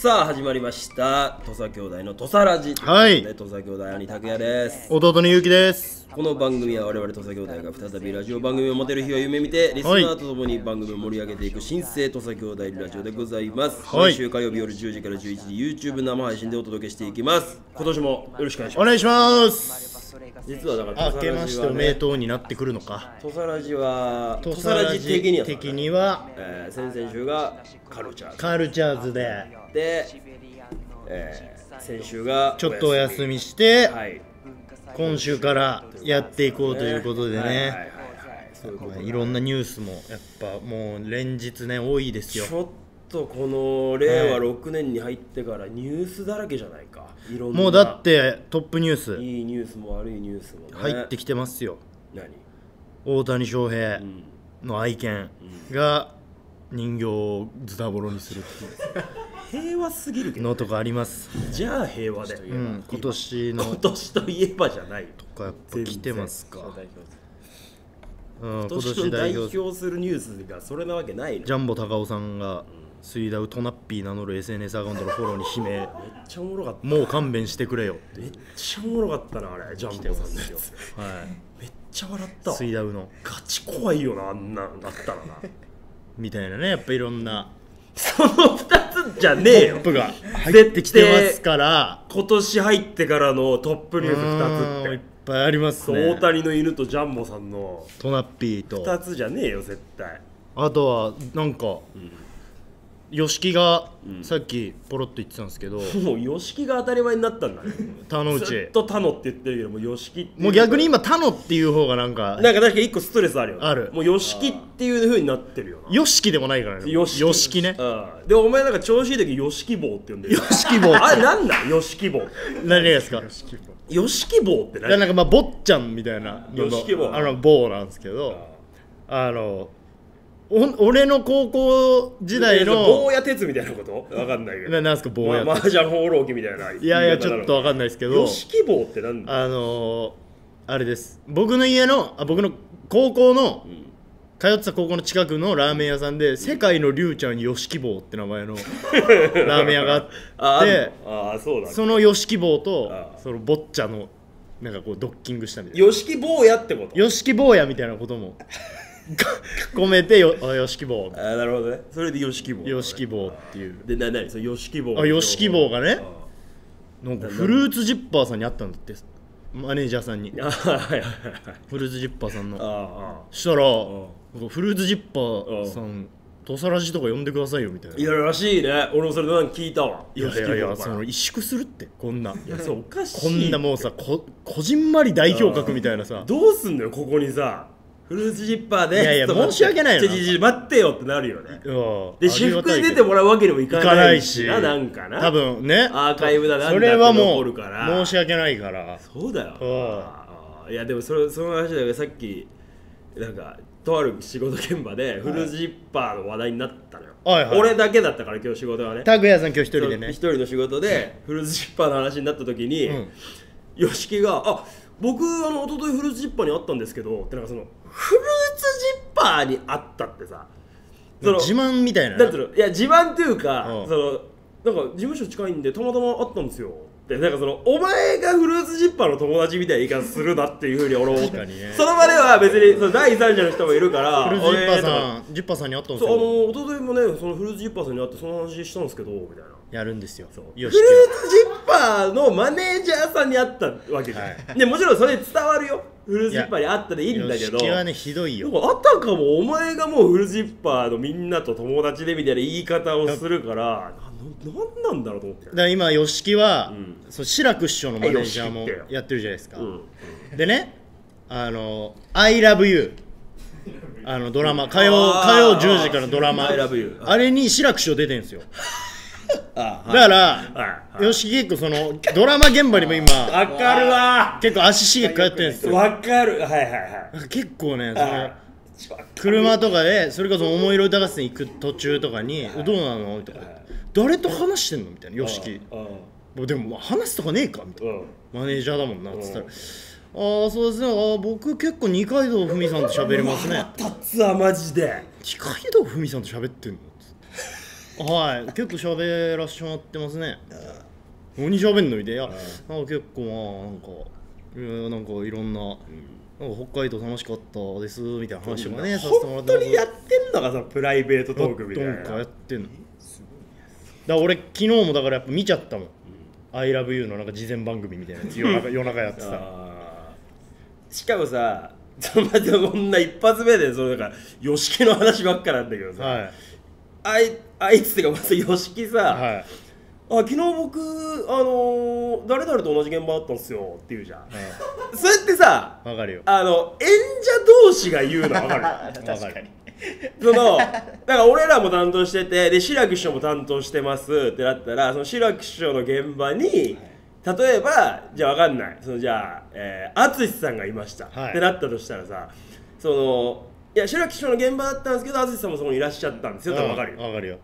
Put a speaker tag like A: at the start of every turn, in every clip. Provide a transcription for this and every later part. A: さあ始まりました土佐兄弟の土佐ラジ
B: はい
A: ということで土佐兄弟兄拓也です
B: 弟のゆうきです
A: この番組は我々土佐兄弟が再びラジオ番組を持てる日を夢見てリスナーとともに番組を盛り上げていく新生土佐兄弟ラジオでございます、
B: はい
A: 毎週火曜日夜10時から11時 YouTube 生配信でお届けしていきます今年もよろしくお願いし
B: お
A: ます
B: 願いします
A: 実はだから
B: 明
A: 土佐
B: け
A: ラ
B: ま
A: ジ
B: して
A: は
B: おめで
A: ね
B: とうになってくるのか
A: 土佐ラジは土
B: 土
A: 佐ラジ的には、
B: 的には
A: えー先々週がカルチャー
B: カルチャーズで
A: で、えー先週が
B: ちょっとお休みして
A: はい
B: 今週からやっていこうということで
A: はいはい
B: ね
A: はい
B: まあいろんなニュースもやっぱもう連日ね多いです
A: ち
B: よ
A: ょっとこの令和6年に入ってからニュースだらけじゃないかいろんな
B: もうだってトップニュース
A: いいニュースも悪いニュースもね
B: 入ってきてますよ
A: 何
B: 大谷翔平
A: うん
B: の愛犬が人形をズタボロにするって
A: 平和すぎる
B: い
A: け
B: う
A: ど
B: のとかあります、
A: じゃあ平和だよ、
B: うん、今年の
A: 今年といえばじゃないと
B: かやっぱ来てますか
A: 全然
B: うん、今
A: 今年
B: 年
A: の代
B: 代表
A: 表するニュースがそれなわけないの
B: ジャンボ高尾さんがスイダウトナッピー名乗る SNS アカウントのフォローに悲
A: めっちゃおもろかった
B: 鳴もう勘弁してくれよ、
A: めっちゃおもろかったなあれジャンボさんのやつ
B: は
A: めっちゃ笑っ
B: い、
A: たわ
B: スイダウの
A: ガチ怖いよなあんなんだったらな
B: みたいなねやっぱいろんな
A: その2つじゃねえよ
B: トップが入
A: 絶
B: って
A: 対
B: きてますから
A: 今年入ってからのトップニュース2
B: うんい
A: つ
B: っ
A: って
B: ぱいあります
A: そう
B: ね
A: 大谷の犬とジャンボさんの
B: トナッピーと
A: 2つじゃねえよ絶対
B: あとはなんか吉木がさっきポロッと言ってたんですけど、
A: もう吉木が当たり前になったんだね
B: 田
A: ず
B: 之内
A: っと他のって言ってるけどもう吉木ってい
B: もう逆に今他のっていう方がなんか
A: なんか確かに1個ストレスあるよね
B: ある
A: もう吉木っていう風になってるよな
B: よしきでもないからねよしきね
A: うんでお前なんか調子いい時吉木棒って呼んでる
B: よしき棒
A: あれなんなん吉木棒
B: 何がですか
A: 吉木棒って
B: だから
A: 何
B: なんかまあ坊っちゃんみたいなの
A: 吉木坊
B: のあの坊なんですけどあのお俺の高校時代
A: 坊
B: の
A: や鉄みたいなことわかんないけど
B: ななんですか坊やって、
A: まあ、麻雀放浪記みたいな。い
B: いやいやちょっとわかんないですけど
A: 吉木棒ってなんだ
B: あのあれです僕の家のあ僕の高校の、通ってた高校の近くのラーメン屋さんで、世界の龍ちゃん吉木坊って名前のラーメン屋があ
A: あ
B: って
A: ああ、そうだ。
B: その吉木坊と
A: ああ
B: その坊ちゃんのなんかこうドッキングしたみたいな
A: 吉木坊やってこと。
B: よしき坊やみたいなことも 込めてよあよしき坊
A: あなるほどね。それで吉木棒。
B: よしき坊っていう
A: で、な、なに、その吉木棒。
B: あ吉木棒がねなんかフルーツジッパーさんに会ったんだってマネージャーさんに
A: あ。あ、はいはいはい。
B: フルーツジッパーさんの
A: ああ。
B: した
A: あ
B: らなんかフルーツジッパーさん土佐ラジとか呼んでくださいよみたいない
A: やらしいね。俺もそれなんか聞いたわ。
B: いやいやいやその
A: い
B: 萎縮するってこんな
A: や、そう、おかしい。
B: こんなもうさここじんまり代表格みたいなさ
A: どうすんのよ、ここにさ。フルーツジッパーで。
B: いやいや
A: ちょっと待って
B: 申し訳ないよな
A: ちょちょちょ待ってよってなるよね。で、
B: で
A: 私服で出てもらうわけにもいか
B: 行かな
A: ないい
B: し
A: しな、なんかな。
B: 多分ね
A: アーカイブだなんだ
B: それは
A: って
B: も
A: 残
B: う
A: るから
B: 申し訳ないから
A: そうだよ
B: うん
A: あーいやでもそれその話だけどさっきなんかとある仕事現場でフルーツジッパーの話題になったのよ、
B: はいはい
A: 俺だけだったから今日仕事はね
B: 拓哉さん今日一人でね
A: 一人の仕事でフルーツジッパーの話になった時に、
B: うん
A: 吉木が「あ僕あの一昨日フルーツジッパーに会ったんですけど」ってなんかそのフルーツジッパーに会ったってさその
B: 自慢みたいな
A: なんつうのいや自慢というか、
B: うん
A: そのなんか事務所近いんでたまたま会ったんですよでなんかそのお前がフルーツジッパーの友達みたいな言い方するなっていうふうに俺は思って、
B: 確かにね
A: その場では別にその第三者の人もいるから
B: フルーツジッパー
A: 俺とか
B: さんジッパーさんに会ったんです
A: そうあ
B: よ
A: の一昨日もねそのフルーツジッパーさんに会ってその話したんですけどみたいな
B: やるんですよ
A: フルー
B: よ
A: ツ
B: し
A: ジッ
B: き
A: パーのマネージャーさんに会ったわけじゃん、
B: は
A: でもちろんそれ伝わるよフルーツジッパーに会ったでいいんだけど
B: よしきはねひどい
A: なん
B: よ
A: かあたかもお前がもうフルジッパーのみんなと友達でみたいな言い方をするからなななんなんだろうと思って
B: だから今よしきは
A: ん
B: そう志らく師匠のマネージャーも
A: よしきって
B: やってるじゃないですか
A: うん
B: でねあの「ILOVEYOU」あのドラマ火曜
A: あー
B: 火曜10時からのドラマ
A: I love you
B: あれに志らく師匠出てるんですよ
A: あ
B: だから
A: はい
B: よしき結構そのドラマ現場にも今
A: わかるわ
B: 結構足しげく通ってるんですよ
A: わかるはいはいは
B: なんか結構ねそ
A: い
B: の
A: あ
B: 車とかでそれこそ「桃色歌合戦」行く途中とかに「どうなの?」とか「誰と話してんの?」みたいな「よしき
A: う
B: でも話すとかねえか」みたい
A: んうん
B: な「マネージャーだもんな」っつったら「ああそうですねあー僕結構二階堂ふみさんと喋りますね
A: 立つわマジで
B: 二階堂ふみさんと喋ってんの?」はい結構喋らしまってますね何喋んのみたいななんか結構まあなんかいやなんかいろんななんか北海道楽しかったですみたいな話もねさせてもら
A: 本
B: って
A: 当
B: ます
A: にやってんのかさプライベートトークみたい
B: どんかや
A: な
B: ってんのだから俺昨日もだからやっぱ見ちゃったもん「ILOVEYOU」のなんか事前番組みたいなやつ夜中夜中やってた
A: あーしかもさちょっと待ってこんな一発目でそのなんか吉木の話ばっかなんだけどさ、
B: はい
A: あいあいつっていうかまず吉木さ、
B: はい
A: あ昨日僕あのー誰々と同じ現場だったんすよって言うじゃん
B: う
A: それってさ
B: んわかるよ
A: あの演者同士が言うの分かる
B: 確かに
A: そのだから俺らも担当しててで志らく師匠も担当してますってなったらその志らく師匠の現場に例えばじゃあ分かんないそのじゃあ淳、えー淳さんがいました、
B: はい
A: ってなったとしたらさそのいや志らく師匠の現場だったんですけど淳さんもそこにいらっしゃったんですよって分かるよ
B: わかるよ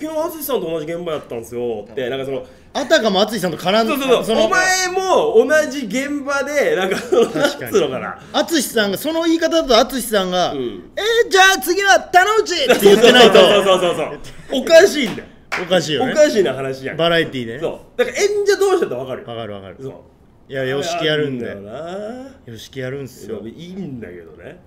A: 昨日淳さんと同じ現場だったんですよってなんかその
B: あたかも淳さんと絡ん
A: そ
B: で
A: うそうそう
B: の
A: お前も同じ現場でなんかそのなん
B: 確か
A: つ
B: に
A: うのかな
B: 淳さんがその言い方だと淳さんが「
A: ん
B: えーじゃあ次は田之内!」って言ってないと
A: そうそうそうそうそうおかしいんだよ
B: おかしいよ
A: お
B: ね
A: かしいな話やん
B: バラエティーでね
A: そうだから演者同士だったら分かる
B: わ
A: よ
B: かるわかる
A: そ
B: いやよしきやるんだ
A: あ
B: よ
A: な
B: よしきやるんすよ
A: いいんだけどね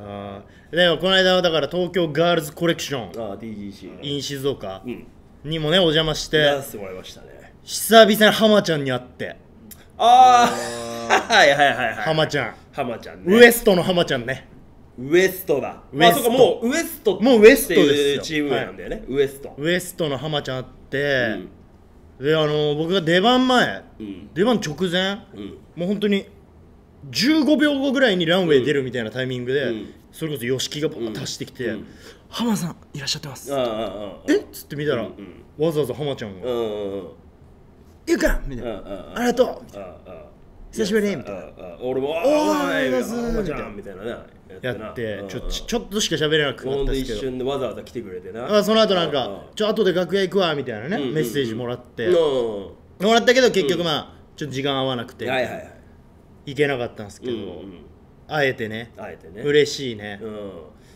A: あ
B: あーでもこの間はだから東京ガールズコレクション
A: ーあー DGC
B: イン静岡
A: うん
B: にもねお邪魔し
A: 出
B: て
A: してもらいましたね
B: 久々に浜ちゃんに会って
A: ああはいはいはいはい
B: 浜ちゃん
A: 浜ちゃんね
B: ウエストの浜ちゃんね
A: ウエストだ
B: ウエスト
A: あそうかもうウエスト
B: もうウエストですよ
A: っていうチームなんだよねウエスト
B: ウエストの浜ちゃん会って
A: うん
B: であの僕が出番前
A: うん
B: 出番直前
A: うん
B: もう本当に15秒後ぐらいにランウェイ出るみたいなタイミングで、
A: うん
B: それこそ YOSHIKI がバーッと走ってきて
A: うん
B: 「浜田さんいらっしゃってます
A: あ」あああ
B: えっつって見たら、
A: うんうん
B: わざわざ浜ちゃん
A: う
B: が
A: んうん
B: 「ゆうか!」みたい
A: うんう
B: な「
A: ん
B: ありがとう!」
A: うんうん
B: 久しぶりみたいな
A: うんうん俺も「お
B: おー
A: ーい!」
B: お
A: み
B: はようございます
A: たいなみたいなね
B: や
A: な
B: ってちょ
A: うんうん
B: ちょちょっとしか喋れなくなっ
A: ほん
B: たん
A: と
B: で
A: 一
B: すけど
A: 瞬でわざわざ来てくれてな
B: あその後な
A: うん
B: ん
A: うん
B: か「ちょ後で楽屋行くわ」みたい
A: う
B: なね、
A: んうんうん
B: メッセージもらって、
A: うんは
B: もらったけど結局まあちょっと時間合わなくて、
A: いはいはい
B: 行けなかったんですけ
A: う
B: ど、
A: んうん
B: 会えてね
A: あえてね
B: 嬉しいね、
A: うん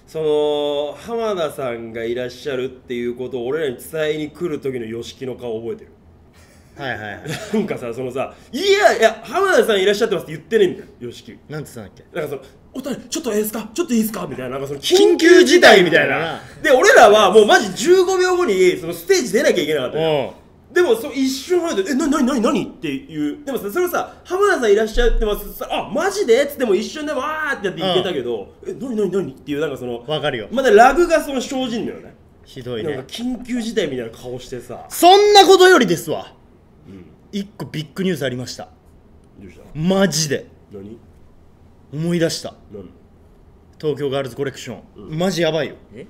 A: その浜田さんがいらっしゃるっていうことを俺らに伝えに来る時の YOSHIKI の顔覚えてる
B: はいはいはい
A: なんかさそのさ「いやいや浜田さんいらっしゃってます」って言ってねえんだよ YOSHIKI
B: なんて言ってたんだっけ
A: なんかその「おたちょっとええですかちょっといいですか?」みたいななんかその
B: 緊急事態みたいな
A: で俺らはもうマジ15秒後にそのステージ出なきゃいけなかったのよ
B: おう
A: でもその一瞬前で「えな何何何?」っていうでもさそれをさ「浜田さんいらっしゃってます」さあマジで?」っつっても一瞬でわーってやっていけたけど「え何何何?」っていうなんかその
B: わかるよ
A: まだラグがその生じんだよね
B: ひどい
A: なん
B: ね
A: か緊急事態みたいな顔してさ
B: そんなことよりですわ一個ビッグニュースありました
A: どうした
B: マジで
A: 何
B: 思い出した
A: 何
B: 東京ガールズコレクション、マジやばいよ
A: え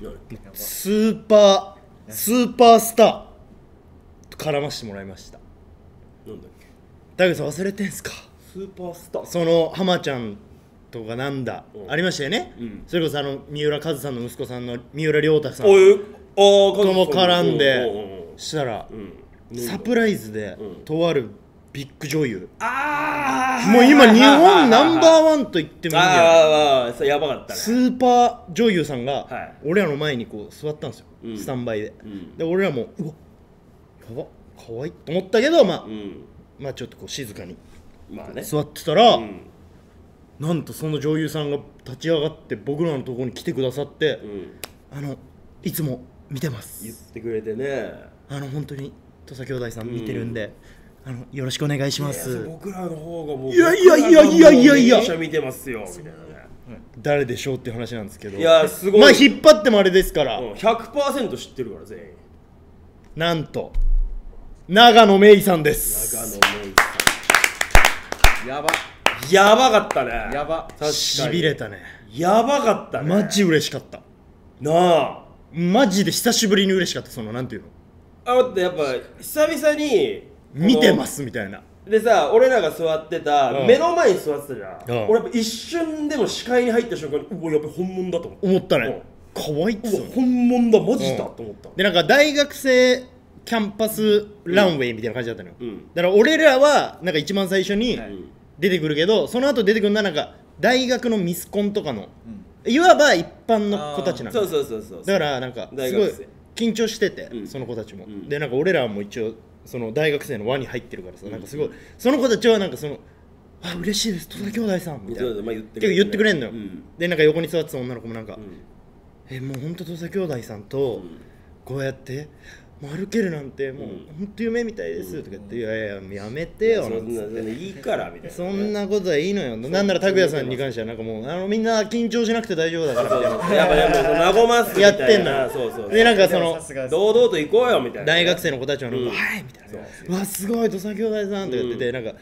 A: 何
B: スーパースーパースターと絡ましてもらいました
A: なんだっけ
B: だけど忘れてんすか
A: スーパースター
B: その浜ちゃんとかなんだ
A: うん
B: ありましたよね、
A: うん
B: それこそあの三浦和さんの息子さんの三浦亮太さん
A: お
B: と
A: いおー
B: も絡ん
A: おうおうおう
B: でしたら
A: うん
B: サプライズで
A: うん
B: とあるビッグ女優、
A: ああ
B: もう今日本ナンバ
A: ー
B: ーワンと言ってもいいんじゃない
A: あーあーそれやばかったね
B: スーパー女優さん
A: は
B: が
A: い
B: 俺らの前にこう座ったんですよ、
A: うん
B: スタンバイで、
A: ん
B: で俺らもうわやばかわいいと思ったけど、まあ
A: うん
B: まあちょっとこう静かに
A: まあね
B: 座ってたら、
A: うん
B: なんとその女優さんが立ち上がって僕らのところに来てくださって、
A: うん
B: あのいつも見てま
A: 言っ
B: す
A: てくれてね
B: あの本当に土佐兄弟さん見てるんで、あのよろしくお願いしま
A: いや
B: す
A: 僕らの方がもう
B: いやいやいやいやいやいや
A: 僕らの方がもうめっちゃ見てますよみたいなね
B: 誰でしょうって話なんですけど
A: いやすごい
B: まあ引っ張ってもあれですから、
A: うん100%知ってるから全員
B: なんと長野芽衣さんです
A: 長野メイ
C: やば
A: さんやばかったね
C: やば
A: 確かに
B: しびれたね
A: やばかったね
B: マジ嬉しかった
A: なあ
B: マジで久しぶりに嬉しかったそのなんていうの
A: あ待ってやっぱ久々に
B: 見てますすみたいな
A: でさ俺らが座ってた、
B: うん
A: 目の前に座ってたじゃん、
B: うん
A: 俺やっぱ一瞬でも視界に入った瞬間にうわやっぱ本物だと思った
B: 思ったね可愛いっ
A: う
B: すよ
A: わ本物だマジだ、
B: うん
A: と思った
B: でなんか大学生キャンパスランウェイみたいな感じだったのよ、
A: うん
B: だから俺らはなんか一番最初に
C: はい
B: 出てくるけどその後出てくるのはなんか大学のミスコンとかの
C: うん
B: いわば一般の子たちなの
A: そうそうそうそう
B: だからなんか
A: 大
B: す
A: 学
B: ご
A: 生
B: い緊張してて、
A: うん
B: その子たちも、
A: うん
B: でなんか俺らも一応その大学生の輪に入ってるからさ、なんかすごいその子たちはなんかその「あ嬉しいです戸田兄弟さん」みたいな
A: そうそうまあ言ってくれ
B: 結構
A: る
B: 言ってくれんのよ、
A: うん
B: でなんか横に座ってた女の子もなんか「
A: ん
B: えもうほんと戸田兄弟さんとこうやって歩けるなんてもうほんと夢みたいです」とか言って「いやいややめてよ」
A: そ
B: なん
A: ん
B: つ
A: な
B: っ
A: そん
B: て
A: な。いいからみたいな
B: そんなことはいいのよ。なんなら拓也さんに関してはなんかもうあのみんな緊張しなくて大丈夫だから
A: そうそうそうやっぱやっぱその和ますみた
B: や
A: い
B: っ
A: な
B: てんのよ
A: そうそうそう
B: でなんかそ
D: でも
B: の
D: さすが
A: 堂々と行こうよみたいな
B: 大学生の子たちはなんか
A: うん
B: 「はい」みたいな「うわすごい土佐兄弟さん」とか言ってて、なんか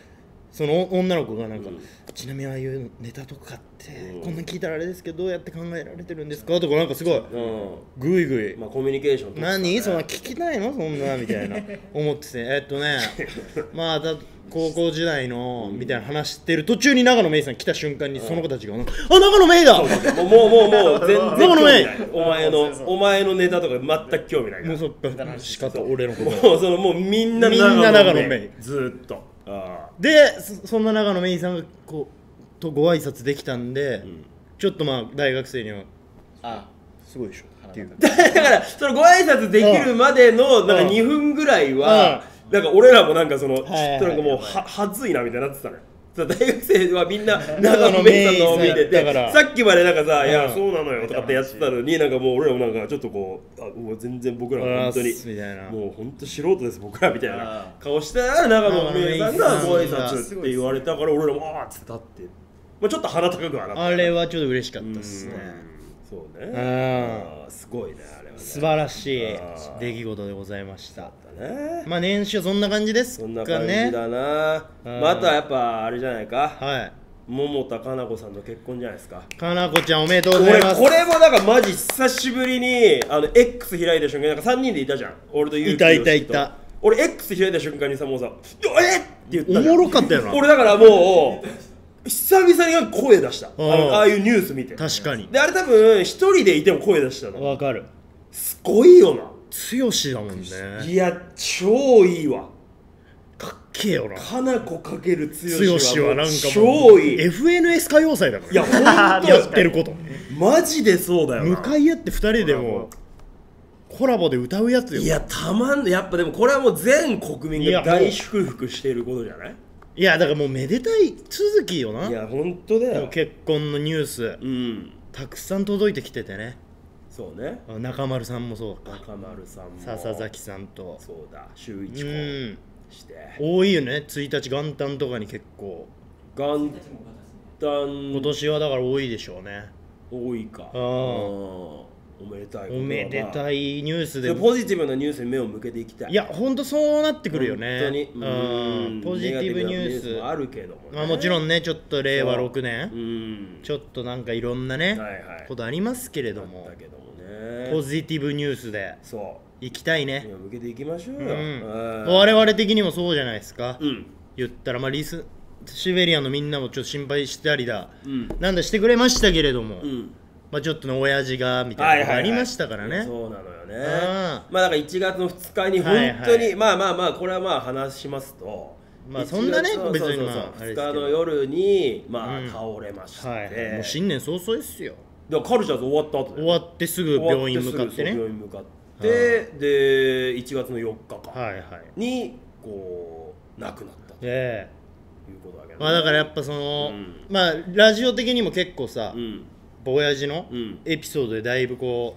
B: その女の子がなんか、ちなみにああいうネタとかって、
A: うん
B: こんな聞いたらあれですけどどうやって考えられてるんですかとかなんかすごい
A: うん
B: グイグイ
A: まあコミュニケーション取ってたね
B: 何そんな聞きたいのそんなみたいな思っててえっと ねまあだ高校時代のみたいな話してる途中に長野芽郁さん来た瞬間にその子たちが「あ長野芽郁だ!」
A: もうもうもうもう全然
B: ど
A: 興
B: この
A: 味
B: 前
A: ないお前のお前のネタとか全く興味ないか
B: もう
A: ら
B: そっか仕方俺のこと
A: もうそのもうみんな
B: みんな長野め
A: ずーっとあ
B: でそそんな長野芽郁さんがこうとご挨拶できたんで、ちょっとまあ大学生には
D: あ
B: すごいでしょっていう
A: あだからそのご挨拶できるまでのなんか2分ぐらいはなんか俺らもなんかそのちょっと
B: はいはい
A: なんかもうははずいなみたいになってたのよその大学生はみん な長野めいさんのを見て
B: だ
A: て
B: から
A: さっきまでなんかさ「いや
B: うん
A: そうなのよ」とかってやってたのになんかもう俺らもなんかちょっとこうあもう全然僕らは本当に
B: あーみたいな
A: もう本当素人です僕らみたい
D: あ
A: な
D: ー
A: 顔したら長野めいさんがご挨
B: 長野芽
A: 拶って言われたから俺らも「ああ」っつって立って、まあ、ちょっと鼻高くはなった
B: あれはちょっと嬉しかったっすね
A: そう
B: う
A: ね
B: ん
A: あーすごいねあれはね
B: 素晴らしい
A: あー
B: 出来事でございました
A: ね
B: まあ年始はそんな感じです
A: そんな
B: か
A: 感
B: ね
A: じだな、
B: うん
A: まあ、あとはやっぱあれじゃないか
B: はい
A: 桃田かな子さんの結婚じゃないですか
B: かなこちゃんおめでとうござ
A: 俺
B: います
A: これもなんかマジ久しぶりにあの X 開いた瞬間なんか3人でいたじゃん俺とユウキと
B: いたいたいた
A: 俺 X 開いた瞬間にさもうさ「えっ!」って言った
B: お
A: じゃ
B: も
A: ん
B: ろかったよな
A: 俺だからもう久々に声出したあのああいうニュース見て
B: 確かに
A: であれ多分一人でいても声出したの
B: わかる
A: すごいよな
B: 強しだもんね
A: いや超いいわ
B: かっけえよな
A: 花子かける
B: 強
A: 強
B: し
A: し
B: は
A: は
B: な
A: も
B: ん
A: う
B: かも
A: 超
B: う
A: いい
B: FNS 歌謡祭だから
A: いや、本当
B: やってること
A: マジでそうだよな。
B: 向かい合って2人でもコラボで歌うやつよ
A: いや、たまん、やっぱでもこれはもう全国民
B: いや
A: が大祝福していることじゃない
B: いやだからもうめでたい続きよない
A: や、本当だ
B: でも
A: よ。
B: 結婚のニュース
A: うん。
B: たくさん届いてきててね
A: そうね。
B: あ中丸さんもそうか
A: 中丸さんも。
B: 笹崎さんと
A: そうだ、週
B: う
A: 一婚
B: ん
A: して。
B: 多いよね1日元旦とかに結構
A: 元
B: 今
A: 旦
B: 年はだから多いでしょうね
A: 多いか。
B: あ
A: う
B: ー
A: んおめでたいことだ
B: お
A: な。
B: めでたいニュースで
A: で。ポジティブなニュースに目を向けていきたい。
B: いやほんとそうなってくるよね
A: 本当に。
B: う
A: うん
B: んポジティブニュー
A: ネガティブな
B: ス
A: もあるけどもね。
B: まあもちろんねちょっと令和
A: そう
B: 6年
A: うん。
B: ちょっとなんかいろんなね、
A: はいはい
B: ことありますけれども
A: だ、けどもね。
B: ポジティブニュースで
A: そ。
B: いきたいうね。
A: 今向けていきましょう
B: う
A: よ。
B: ん、
A: れ。
B: 我々的にもそうじゃないですか。
A: うん。
B: 言ったら、まあ、リスシベリアンのみんなもちょっと心配したりだ、
A: うん
B: なんだしてくれましたけれども、
A: うん。
B: まあ、ちょっとね、親父がみたいなことありましたからね。
A: そうなのよね
B: あ。
A: まあだから1月の2日に本
B: は
A: 当
B: いはい
A: にまあまあまあこれはまあ話しますと。
B: まあそんなね
A: 1月の
B: 別に
A: そうそうそう
B: まああれですけど
A: 2日の夜にま
B: う
A: あ
B: ん
A: 倒れまして。
B: はいはい、もう新年早々ですよ。
A: だからカルチャーズ終わった後だ
B: 終
A: よ
B: わってすぐ病院向かっ
A: 終わすぐ
B: てね。
A: そう病院向かってで1月の4日か
B: はいはい。
A: にこう亡くなったと
B: ええ
A: いうことだけどね。
B: まあだからやっぱその、
A: うん
B: まあラジオ的にも結構さ、
A: うん。
B: 親父の
A: うん
B: エピソードでだいぶこ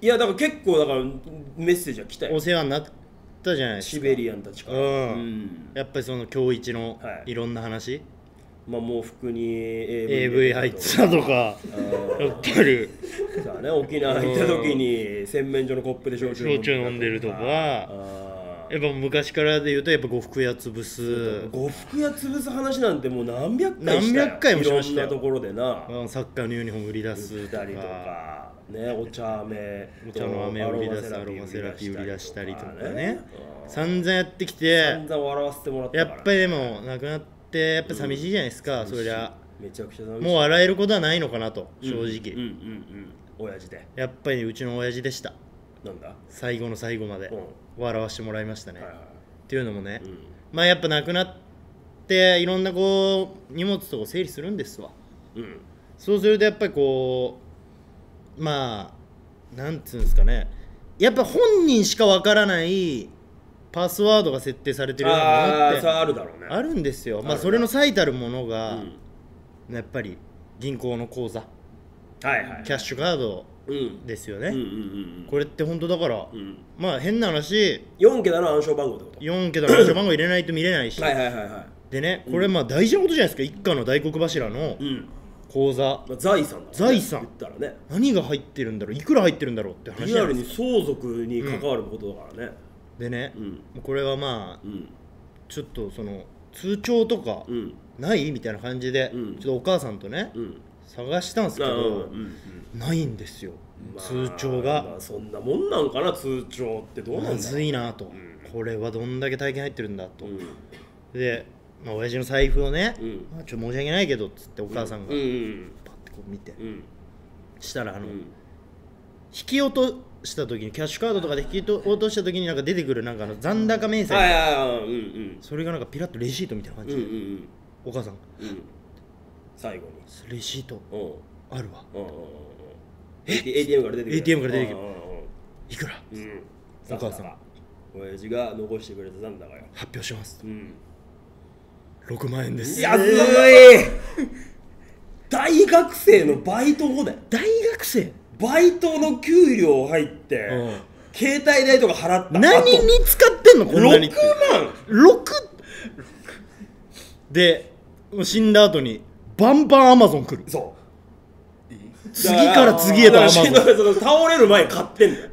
A: いやだから結構だからメッセージは来た
B: うお
A: よ
B: 世話になったじゃないですか
A: シベリアンたちから、
B: うん
A: ん
B: やっぱりその今日一の
A: はい
B: いろんな話、
A: まあもう服に
B: AV 入ってたとかやっぱり
A: さあね沖縄行った時に洗面所のコップで焼酎
B: 焼酎飲んでるとかやっ
A: あ
B: ぱ昔からで言うとやっぱ呉服屋潰す
A: ー呉服屋潰す話なんてもう何百回
B: 何百回もしましたよ
A: いろんなところでな
B: うんサッカーのユニフォーム売り出す
A: 二
B: とか
A: 人とかねお茶飴
B: お茶の飴売り出すアロマセラピー売り出したりとかね散々やってき
A: 散
B: て
A: 々笑わせてもらった
B: や
A: から
B: っぱりでも亡くなってやっぱ寂しいじゃないですか、そりゃ
A: めちゃくちゃ寂しい
B: もう笑えることはないのかなと正直、
A: うんうんうん親父で
B: やっぱりうちの親父でした
A: なんだ
B: 最後の最後まで
A: う
B: 笑わしてもらいましたね、
A: はい
B: っ
A: は
B: ていうのもね、
A: いうん
B: まあやっぱ亡くなっていろんなこう荷物とかを整理するんですわ
A: うん
B: そうするとやっぱりこうまあなんつうんですかねやっぱ本人しかわからないパスワードが設定されてるようなもの
A: あ
B: っ
A: あ
B: て
A: それはあるだろうね
B: あるんですよ、ま
A: あ
B: あ、
A: る
B: それの最たるもの
A: う
B: が、
A: ん
B: やっぱり銀行の口座
A: はいはい
B: キャッシュカード
A: うん
B: ですよ
A: う
B: ね、
A: んうんうん
B: これって本当だから、
A: うんうん
B: まあ変な話
A: 4桁の暗証番号ってこ
B: 4桁の暗証番号入れないと見れないし、
A: とはいはいはいは
B: でねこれまあ大事なことじゃないですか一家の大黒柱の
A: いうん
B: 口座、
A: まあ財産だもんね
B: 財産
A: 言ったらね
B: 何が入ってるんだろういくら入ってるんだろうって話じ
A: リア
B: ゃな
A: ル
B: いで
A: に
B: すか
A: 相続に関わることだからね
B: でね
A: う、ん
B: これはまあ
A: うん
B: ちょっとその通帳とか
A: うん
B: ないみたいな感じで、
A: うん
B: ちょっとお母さんとね、
A: うん
B: 探したんですけ
A: ああ
B: ど、
A: うんうん
B: ないんですよ、
A: まあ
B: 通帳が、
A: まあそんなもんなんかな通帳ってどうなんだろ
B: ま
A: う
B: ずいなと、
A: ん
B: これはどんだけ大金入ってるんだと、
A: うん
B: で、まあ、親父の財布をね、
A: うん
B: まあ、ちょっと申し訳ないけどっつってお母さんが
A: うんうん
B: パッてこう見て、
A: うん
B: したらあ
A: う
B: の、引
A: ん
B: き落とした時にキャッシュカードとかで引き落とした時になんか出てくるなんかあの残高明細、
A: はいはいはいうんうん
B: それがなんかピラッとレシートみたいな感
A: う
B: じ
A: ん
B: で、
A: うん
B: お母さん
A: うんうん最後に
B: レシート
A: う
B: あるわ
A: んうんうんうんうんえ ATM から出てくる
B: ATM から出てくる
A: うんうんうん
B: いくら
A: うん
B: お母さん
A: 残高親父が残してくれた残高よ
B: 発表します
A: うん
B: 6万円です
A: 安い大学生のバイト後だよ
B: 大学生
A: バイトの給料入って、
B: うん
A: 携帯代とか払った
B: 何に使ってんのこんなに
A: 6万
B: 6? でもう死んだ後にバンバンアマゾン来る
A: そう
B: 次から次へと
A: だ
B: Amazon
A: からだからその倒れる前に買ってんだよ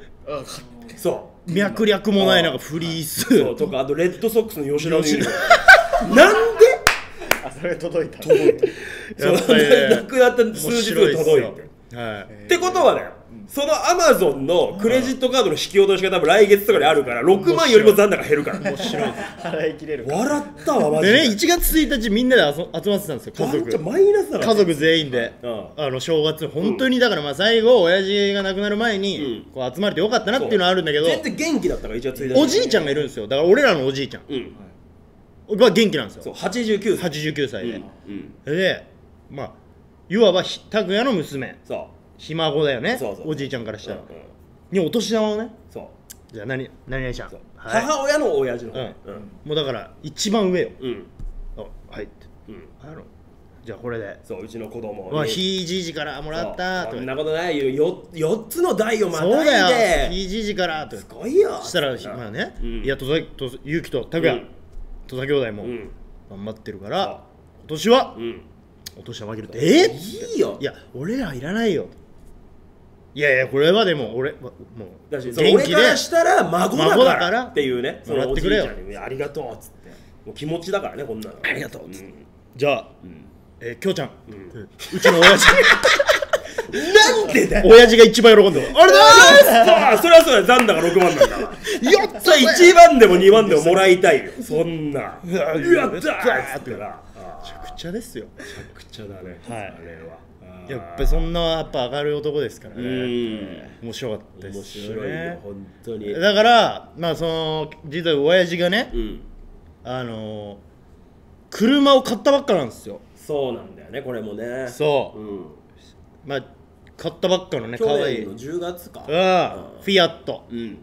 A: そ
B: 脈略もないなんかフリー
A: うそう
B: ス
A: とかあとレッドソックスの吉田のユニフォーム
C: あそれ 届いた
A: なんで
B: やっぱりね
A: そう亡くなった 数日後に届い
B: 面白
A: て
B: すよはい
A: ってことはね、そのアマゾンのクレジットカードの引き落としが多分来月とかにあるから6万よりも残高減るから
C: 払い切れる
A: 笑ったわマジ
B: でね1
A: で
B: 月1日みんなで遊集まってたんですよ家
A: ワンチャン
B: 族
A: マイナスだから
B: 家族全員で
A: うん
B: あの正月本当にだからまあ最後親父が亡くなる前に
A: うん
B: こう集まれてよかったなっていうのはあるんだけど
A: 全然元気だったから一応つい
B: おじいちゃんがいるんですよだから俺らのおじいちゃん
A: うん
B: は元気なんです
A: そう
B: よ
A: 89歳
B: 89歳で
A: うんうん
B: でまあいわばひ拓哉の娘
A: そ
B: ひ孫だよね
A: そうそう
B: おじいちゃんからし
A: う、う
B: た
A: ん
B: ら
A: うん
B: にお年玉をね
A: そう
B: じゃあ何何々ちゃん
A: そう
B: はい
A: 母親の親父の方ね
B: もうだから一番上よ
A: うんうん
B: あはいって
A: うん
B: あのじゃあこれで
A: そううちの子供に
B: わひいじいじからもらった
A: そう
B: と
A: そ
B: か
A: んなことないよよ4つの代をま
B: そうだ
A: た
B: よ
A: いで
B: ひいじいじからとか
A: すごいよ
B: したら、まあね、いや、戸崎、戸崎ゆうきと拓
A: う
B: 也
A: ん、
B: 戸崎兄弟も
A: うん
B: 頑張ってるから
A: あ、
B: 今年は
A: う、ん
B: お年玉あげるって、えっ
A: いいよ
B: いや、俺らいらないよ。いやいや、これはでも、俺、まもう、
A: だし
B: 元
A: その俺
B: 気
A: か
B: で
A: ら、したら孫だ
B: 孫
A: か
B: だ
A: ら
B: から
A: っていうねその
B: もら
A: お
B: っ
A: じ
B: て
A: い
B: くれよ
A: ちゃんにありがとうっつってもう気持ちだからねこんなのありがとうっつって、
B: じゃあ、
A: ん
B: えー、きょうちゃん、うんうち の親父、
A: なんでだよ
B: 親父が一番喜んでる。あれだ
A: あそれはそうだよ残高6万なんだから
B: やった
A: それ1番でも2番でももらいたいよそんなやったーっつってなあ
B: めちゃくちゃですよ。
A: めちゃくちゃだね
B: はい
A: あれはあー
B: やっぱりそんな、やっぱ明るい男ですから
A: う
B: ね。
A: ん
B: 面白かったで
A: 面
B: すよ
A: 白いよ
B: ね。
A: 本当に
B: だから、まあ、その、実は親父がね、
A: うん
B: あのー、車を買ったばっかなんですよ
A: そうなんだよねこれもね
B: そうう、
A: ん
B: まあ買ったばっかのね可
A: 去
B: 愛
A: 年
B: いう
A: の
B: んフ
A: 10月か
B: ィアット
A: うん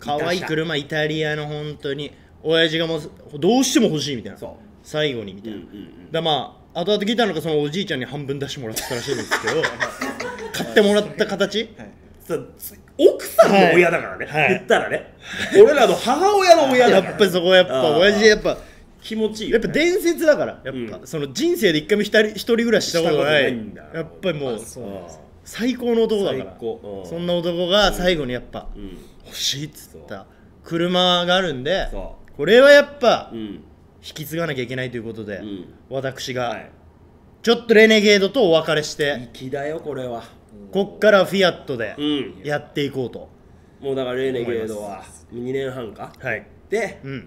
B: 可愛い車イタリアの本当に親父がもうどうしても欲しいみたいな
A: そ
B: 最後にみたいな、
A: うんうんうん
B: だまあ後々聞いたのがそのおじいちゃんに半分出してもらったらしいんです けど買ってもらった形、
A: さつ奥さんの親だからね
B: はいはい
A: 言ったらね俺らの母親の親
B: や
A: だか
B: っ
A: ら
B: ぱりそこはやっぱ
A: あー
B: 親父やっぱ
A: 気持ちいい
B: や
A: よ
B: っ
A: ね
B: ぱ伝説だからやっぱ、
A: うん
B: その人生で一回も一人一人暮らししたことがな
A: し
B: い
A: たことないんだ
B: やっぱりもう
C: そうなんです
B: 最高の男だから
A: 最高うん
B: そんな男が最後にやっぱ、
A: うん
B: 欲しいっつった車があるんで
A: そ
B: これはやっぱ
A: うう
B: 引
A: ん
B: き継がなきゃいけないということで、
A: ん
B: 私
A: は
B: が
A: い
B: ちょっとレネゲードとお別れして、
A: 粋だよこれは
B: こっからフィアットで
A: うん
B: やっていこうと、
A: もうだからレーネゲードは2年半か
B: はい、
A: で
B: うん、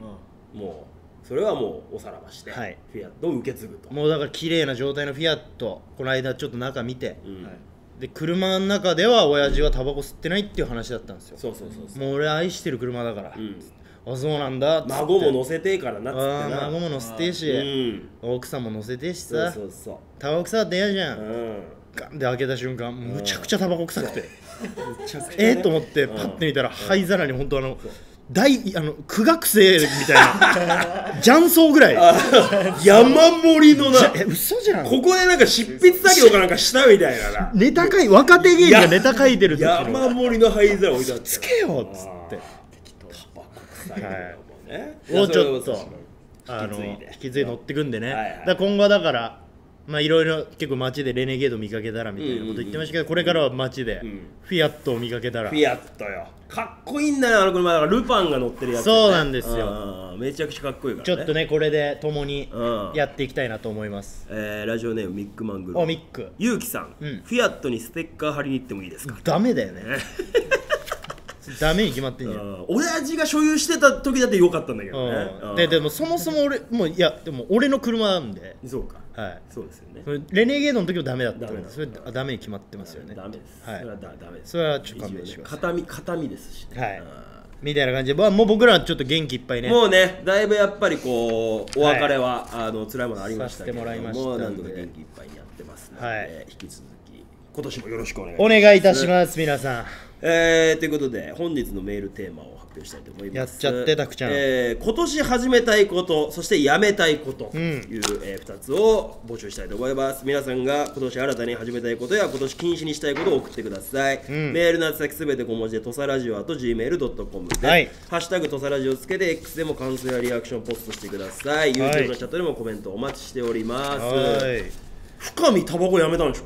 A: もうそれはもうおさらばして
B: はい
A: フィアットを受け継ぐと
B: もうだから綺麗な状態のフィアットこの間ちょっと中見て
A: うん
C: はい
B: で車の中では親父はタバコ吸ってないっていう話だったんですよ
A: そうそうそうそう
B: もう俺愛してる車だから、
A: うん
B: あそうなんだっつって
A: 孫も乗せてえからなっつ
B: あ
A: って
B: ー
A: な
B: 孫も乗せてえし、
A: うん
B: 奥さんも乗せてえし
A: そ
B: さ
A: うそうそ
B: タバコ臭かって嫌じゃ
A: ううん
B: ガンで開けた瞬間むちゃくちゃタバコ臭くてえー、と思ってパッて見たら灰皿に本当あの大あの苦学生みたいな 雀荘ぐらい
A: 山盛りのな
B: じゃえ嘘じゃん
A: ここでなんか執筆作業かなんかしたみたいなな
B: ネタ書い若手芸人がネタ書いてる時
A: 山
B: の
A: 盛りの灰皿置いてあった
B: つけよっつって
A: はい
B: もうちょっとあ
A: あ
B: の
A: の
B: 引き継いで乗ってくんで
A: は
B: ね、
A: いはい
B: だから今後はだからまあいろいろ結構街でレネゲード見かけたらみたいなこと言ってましたけど、これからは街で
A: ん
B: フィアットを見かけたら、
A: フィアットよかっこいいんだよあの車だからルパンが乗ってるやつ、
B: そうなんですよ
A: うんめちゃくちゃかっこいいから、
B: ち
A: ね、
B: ょっとねこれで共に
A: うん
B: やっていきたいなと思います、
A: えーラジオネームミックマングル
B: おミック
A: ゆうきさん、
B: うん
A: フィアットにステッカー貼りに行ってもいいですか、
B: ダメだ よねダメに決まってんじゃん
A: うん親父が所有してた時だってよかったんだけどね、
B: う
A: うんん
B: ででもそもそも俺もういやでも俺の車なんで、
A: そうか
B: はい、
A: そうですよね
B: それレネゲードの時もダメだった
A: ダメだ
B: それあダメに決まってますよね
A: ダメです、
B: はい
A: それはだダメです
B: それはちょっと勘弁してください
A: 片身片身ですしね、
B: はい
A: うん
B: みたいな感じでまあもう僕らはちょっと元気いっぱいね
A: もうね、だいぶやっぱりこうお別れは、あの辛いものありましたけれど
B: させてもらいました
A: も
B: ん
A: う
B: で
A: 何度か元気いっぱいにやってますので、
B: はい
A: 引き続き今年もよろしくお願いし
B: お
A: ます。
B: 願いいたします皆さん
A: えー、ということで本日のメールテーマを発表したいと思います。
B: やっちゃってたくちゃん
A: えー今年始めたいこと、そしてやめたいことという、えー、2つを募集したいと思います。皆さんが今年新たに始めたいことや今年禁止にしたいことを送ってください。
B: ん
A: メールの宛先すべて小文字でとさラジオあと gmail.com です。
B: はい
A: ハッシュタグとさラジオをつけて X でも感想やリアクションをポストしてください。
B: はい
A: YouTube のチャットでもコメントお待ちしております。
B: は
A: 深見タバコやめたんでしょ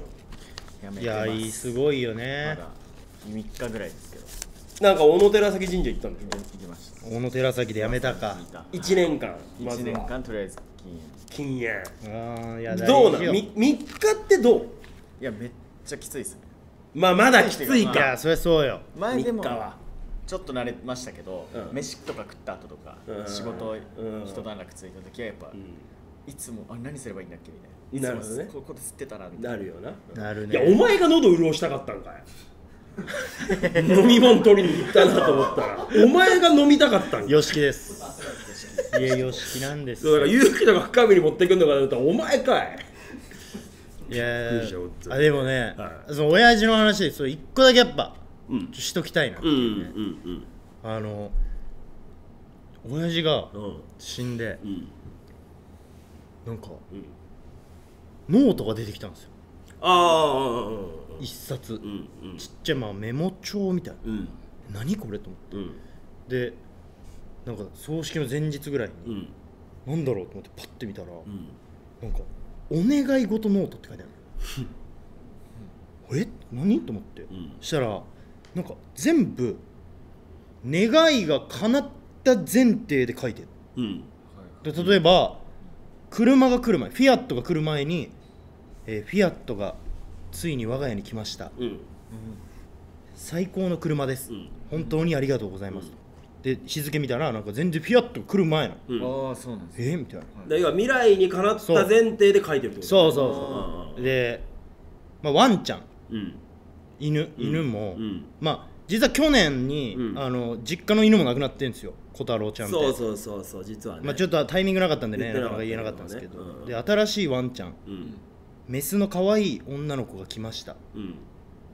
B: ー
C: やめ
B: いい
C: てま
B: や
C: す
B: いいすごいよね
C: まだ3日ぐらいですけど
A: なんか小野寺崎神社行ったんでしょ
C: 行きました
B: 小野寺崎でやめたか
C: 見た
A: 1年間まず
C: 1
A: は
C: 年間とりあえず禁煙
A: 禁煙
B: あーいや
A: どうなん
B: 大事よい
A: み3日ってどう
C: いやめっちゃきついですね
A: まあまだきつい
C: ま
A: か
B: やそりゃそうよ
C: 前でも
A: 三日は
C: ちょっと慣れましたけど、
A: うん
C: 飯とか食った後とか、
A: うん
C: 仕事
A: うん
C: 一段落ついた時はやっぱ、いつもあ何すればいいんだっけみた
A: な
C: いな
A: るほどね
C: いつもここで吸ってたらみた
A: な
C: いな
A: るよな
B: なる
A: いやお
B: ね
A: 前が喉潤したかったんかい 飲み物取りに行ったなと思ったらお前が飲みたかったんか
B: よしきですいやよしきなんです
A: そうだ
B: よ
A: から勇気とか深みに持ってくんのかなと思ったらお前かい
B: いや
A: び
B: ー
A: っくりした本当に
B: あでもね、
A: は
B: その親父の話でそれ一個だけやっぱ、
A: うん
B: しときたいな、
A: うんうん
B: あの親父が
A: うんうん
B: 死んで
A: うん
B: なんか、
A: ん
B: ノートが出てきたんですよ
A: ああうん
B: 一冊、
A: うん
B: ちっちゃいまあメモ帳みたい
A: う
B: な
A: ん
B: 何これと思
A: う
B: っ
A: ん
B: てでなんか葬式の前日ぐらいに、
A: うん
B: なんだろうと思ってパッて見たら、
A: うん
B: なんか「お願い事ノート」って書いてある え何と思って、
A: ん
B: そしたらなんか全部願いが叶った前提で書いて
A: うん
B: るで例えば車が来る前フィアットが来る前に、えーフィアットがついに我が家に来ました
A: うん
B: 最高の車です、
A: うん
B: 本当にありがとうございます、で日付見たらなんか全然フィアットが来る前な
A: う
B: の、
A: ん
C: ああそうなんですね
B: えーみたいな
A: だから要は未来にかなった前提で書いてるってこと
B: そう
A: う
B: そうそうで、まあ、ワンちゃん
A: うん
B: 犬犬も、
A: うん
B: まあ実は去年に、
A: うん
B: あの実家の犬も亡くなってるんですよ小太郎ちゃんって
A: そうそうそうそう実はね
B: まあ、ちょっとタイミングなかったんでね
A: 言って
B: な
A: な
B: か
A: かった
B: なか言えなかったんですけど、
A: ねうん
B: で新しいワンちゃん
A: うん
B: メスの可愛い女の子が来ました
A: うん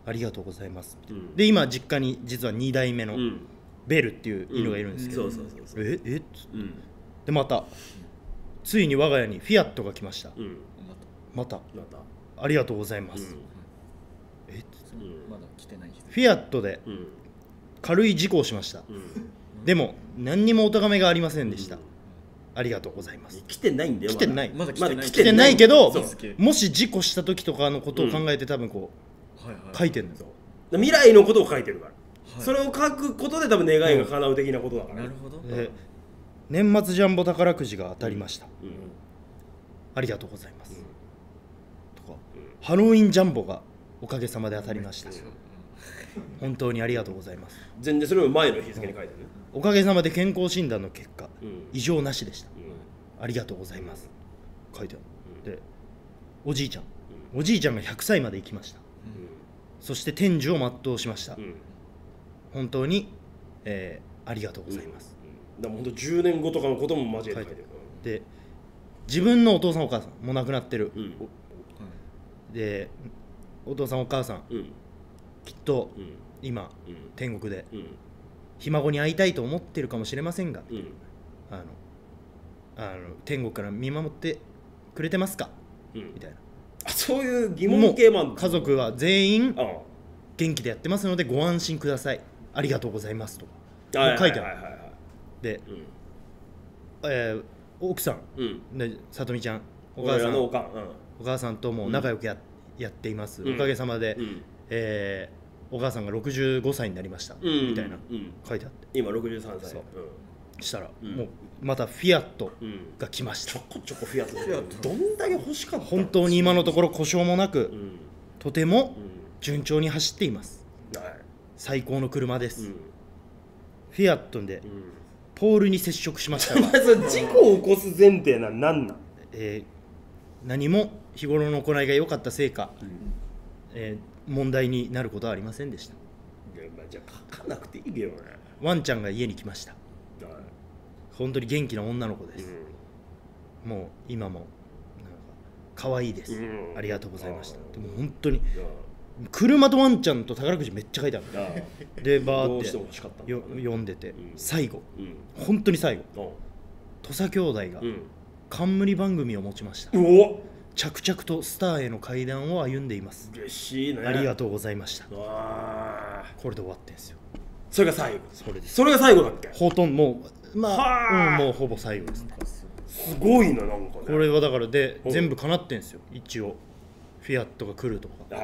B: ありがとうございます、
A: うん
B: で今実家に実は2代目の
A: うん
B: ベルっていう犬がいるんですけど、
A: そうそうそうそう
B: ええっつ
A: うん
B: でまたついに我が家にフィアットが来ました
A: うん
C: ま
B: また
A: また
B: ありがとうございま
A: う
B: す、
A: ん
B: えっつ
A: うん
C: だまだ来てない人
B: フィアットで
A: うん
B: 軽い事故をしました
A: うん
B: でも何にもお咎めがありませんでした、ありがとうございます
A: 来てないんだよ
B: 来てない
C: まだ来
A: ま
C: て
A: だ
C: な
A: 来
C: い
B: 来てないけど
C: そうそう
B: もし事故した時とかのことを考えて多分こ
C: はいは
B: う書いてるんですよ、
A: 未来のことを書いてるから
C: い
A: それを書くことで多分願いが叶う的なことだから
C: なるほど
B: で年末ジャンボ宝くじが当たりました、
A: うん
B: ありがとうございます、とか、ハロウィンジャンボがおかげさまで当たりました、本当にありがとうございます
A: 全然それも前の日付に書いてるね
B: おかげさまで健康診断の結果、
A: うん
B: 異常なしでした
A: う
B: ありがとうございます書いてあるでおじいちゃんおじいちゃんが100歳まで生きましたそして天寿を全うしました、
A: んうん
B: 本当に、えーありがとうございます、
A: うんだからほんと10年後とかのことも交えて書いてる
B: で自分のお父さんお母さんもう亡くなってる、
A: うん
B: でお父さんお母さん
A: うん
B: きっと
A: うん
B: 今
A: うん
B: 天国で
A: うん
B: ひ孫に会いたいと思ってるかもしれませんが
A: うん
B: あのあの天国から見守ってくれてますか
A: うん
B: みたいな
A: あそういう疑問系もある
B: もう家族は全員
A: ああ
B: 元気でやってますのでご安心くださいありがとうございますとか
A: はい
B: 書いてある
A: はいはいはいは
B: で、
A: い
B: えー奥さん
A: うんうん
B: ねさとみちゃんお母
A: 俺
B: さ
A: ら
B: ん
A: のお
B: お
A: かんうん
B: 母さんとも仲良くや,、やっています、
A: うん
B: おかげさまで、
A: うん
B: えーお母さんが65歳になりました、
A: うん
B: みたいな
A: うん
B: 書いてあって
A: 今63歳
B: そう
A: うん
B: したら、
A: うん
B: もうまたフィアット
A: うん
B: が来まし
A: ち
B: た、
A: ょこちょこフィア
C: フィア
A: ッ
C: ッ
A: ト
C: ト
A: どんだけ欲しかった
B: 本当に今のところ故障もなく、
A: うん
B: とても
A: うん
B: 順調に走っています
A: は
B: 最高の車で
A: い
B: す、
A: うん
B: フィアットで
A: うん
B: ポールに接触しました
A: お
B: が、
A: 前それ事故を起こす前提なんなんなん
B: えー何も日頃の行いが良かったせいか、えー問題になることはありませんでした
A: いやまあじゃあ書かなくていいけどね
B: ワンちゃんが家に来ました
A: は
B: 本当に元気な女の子で
A: い
B: す、もう今もなんか可愛いです、
A: うん
B: ありがとうございました
A: あー
B: でも本当に
A: う
B: 車とワンちゃんと宝くじめっちゃ書いてある
A: んああ
B: でバ
A: ど
B: ー
A: う
B: っ
A: して
B: て
A: も欲しかった
B: よ
A: のかな
B: 読んでて、
A: うん
B: 最後
A: うん
B: 本当に最後
A: お
B: 土佐兄弟が
A: うん
B: 冠番組を持ちました、
A: うお
B: 着々とスターへの階段を歩んでいます、
A: 嬉しいね
B: ありがとうございました
A: うわあ
B: これで終わってんですよ
A: それが最後
B: それです
A: それが最後だっけ
B: ほとんどもう
A: は
B: まあ、
A: あ
B: うんもうほぼ最後ですね
A: すごいななんかね
B: これはだからで
A: うん
B: 全部かなってんですよ一応フィアットが来るとか
A: は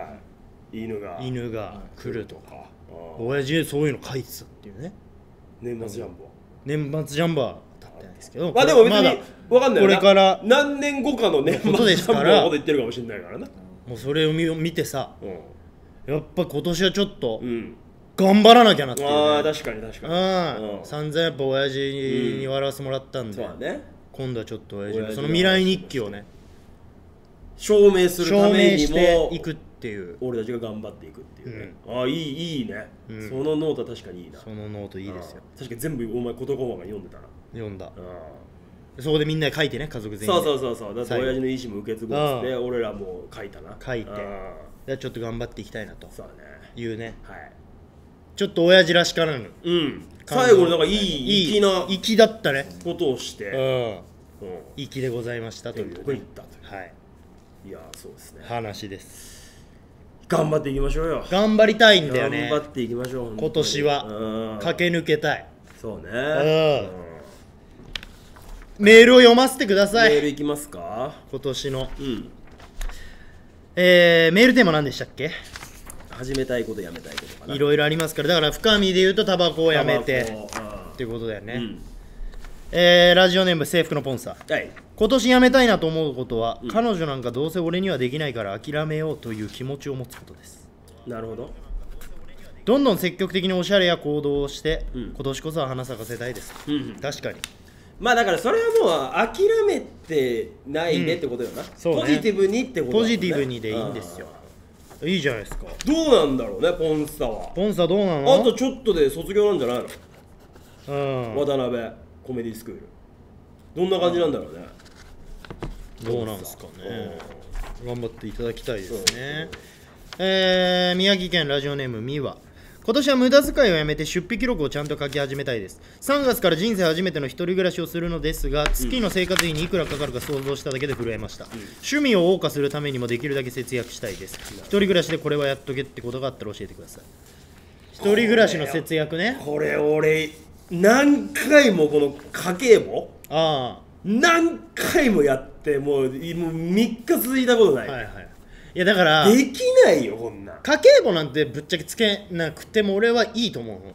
A: い犬が
B: 犬が来るとか
A: かああ
B: 親父そういうの書いてたっていうね
A: 年末ジャンボ
B: 年末ジャンバーだったんですけど
A: まあでも別
B: まだ
A: に分かんないよな
B: これから
A: 何年後かの年末ジ
B: ことです
A: ャ
B: か
A: ンボ
B: ら
A: のこと言ってるかもしれないからな
B: もうそれを見見てさ
A: うん
B: やっぱ今年はちょっと
A: うん
B: 頑張らなきゃなっていうね、
A: ああ確かに確かに
B: うん
A: うん
B: 散々やっぱ親父に笑わせてもらったんで、
A: そうだね
B: 今度はちょっと親父
A: 親
B: に
A: 父
B: その未来日記をね
A: 証明するた
B: 証
A: め
B: 明
A: に
B: して
A: も
B: いくっていう
A: 俺たちが頑張っていくっていうね、ああいいいいね、
B: うん
A: そのノートは確かにいいな
B: そのノートいいですよ
A: ああ確かに全部お前事細かに読んでたな
B: 読んだ
A: あ
B: そこでみんなで書いてね家族
A: あ
B: 全員
A: そう
B: で
A: そうそうそうだって
B: 最後
A: 親父の意思も受け継ごうっつって俺らも書いたな
B: 書いて
A: ああ
B: じゃあちょっと頑張っていきたいなと
A: そうだね
B: いうね
A: はい
B: ちょっと親父らしからぬ
A: うん最後になんかいい粋な
B: 粋だったね
A: ことをし
B: う
A: て、
B: ん
A: うん、
B: 粋でございましたと
A: 天
B: いう
A: 国に行ったとい
B: はい、
A: ういやーそうですね
B: 話です
A: 頑張っていきましょうよ
B: 頑張りたいんだよ
A: 頑
B: ね
A: 張っていきましょう本当に
B: 今年
A: うん
B: は駆け抜けたい
A: そうねう
B: ん
A: ん
B: メールを読ませてくださ
A: メー
B: い
A: ルいきますか
B: 今年の、
A: うん
B: えー、メールテーマ何でしたっけ
A: 始めたいことやめたいことかない
B: ろいろありますからだから深みで言うとタバコをやめ
A: タバ
B: て
A: コあ
B: っていうことだよね、
A: あうん
B: えー、ラジオネーム制服のポンサー
A: はい
B: 今年やめたいなと思うことは、彼女なんかどうせ俺にはできないから諦めようという気持ちを持つことです
A: なるほど
B: どんどん積極的におしゃれや行動をして、
A: うん
B: 今年こそは花咲かせたいです、
A: うんうん
B: 確かに
A: まあだからそれはもう諦めてないでってことよな、
B: そうね
A: ポジティブにってことだもん
B: ポジティブにでいいんですよ
A: あ
B: いいじゃないですか
A: あどうなんだろうねポンスターは
B: ポンサどうなの
A: あとちょっとで卒業なんじゃないの、
B: うん
A: 渡辺コメディスクールどんな感じなんだろうね、
B: どうなんですかね頑張っていただきたいです
A: そうそう
B: ねえー宮城県ラジオネームみわ今年は無駄遣いをやめて出費記録をちゃんと書き始めたいです3月から人生初めての一人暮らしをするのですが月の生活費にいくらかかるか想像しただけで震えました、趣味を謳歌するためにもできるだけ節約したいです一人暮らしでこれはやっとけってことがあったら教えてください一人暮らしの節約ね
A: これ俺何回もこの家計簿
B: あ
A: 何回もやってもういもう3日続いたことな
B: あ
A: い、
B: はいはいいやだから
A: できないよこんなん
B: 家計簿なんてぶっちゃけつけなくても俺はいいと思うの、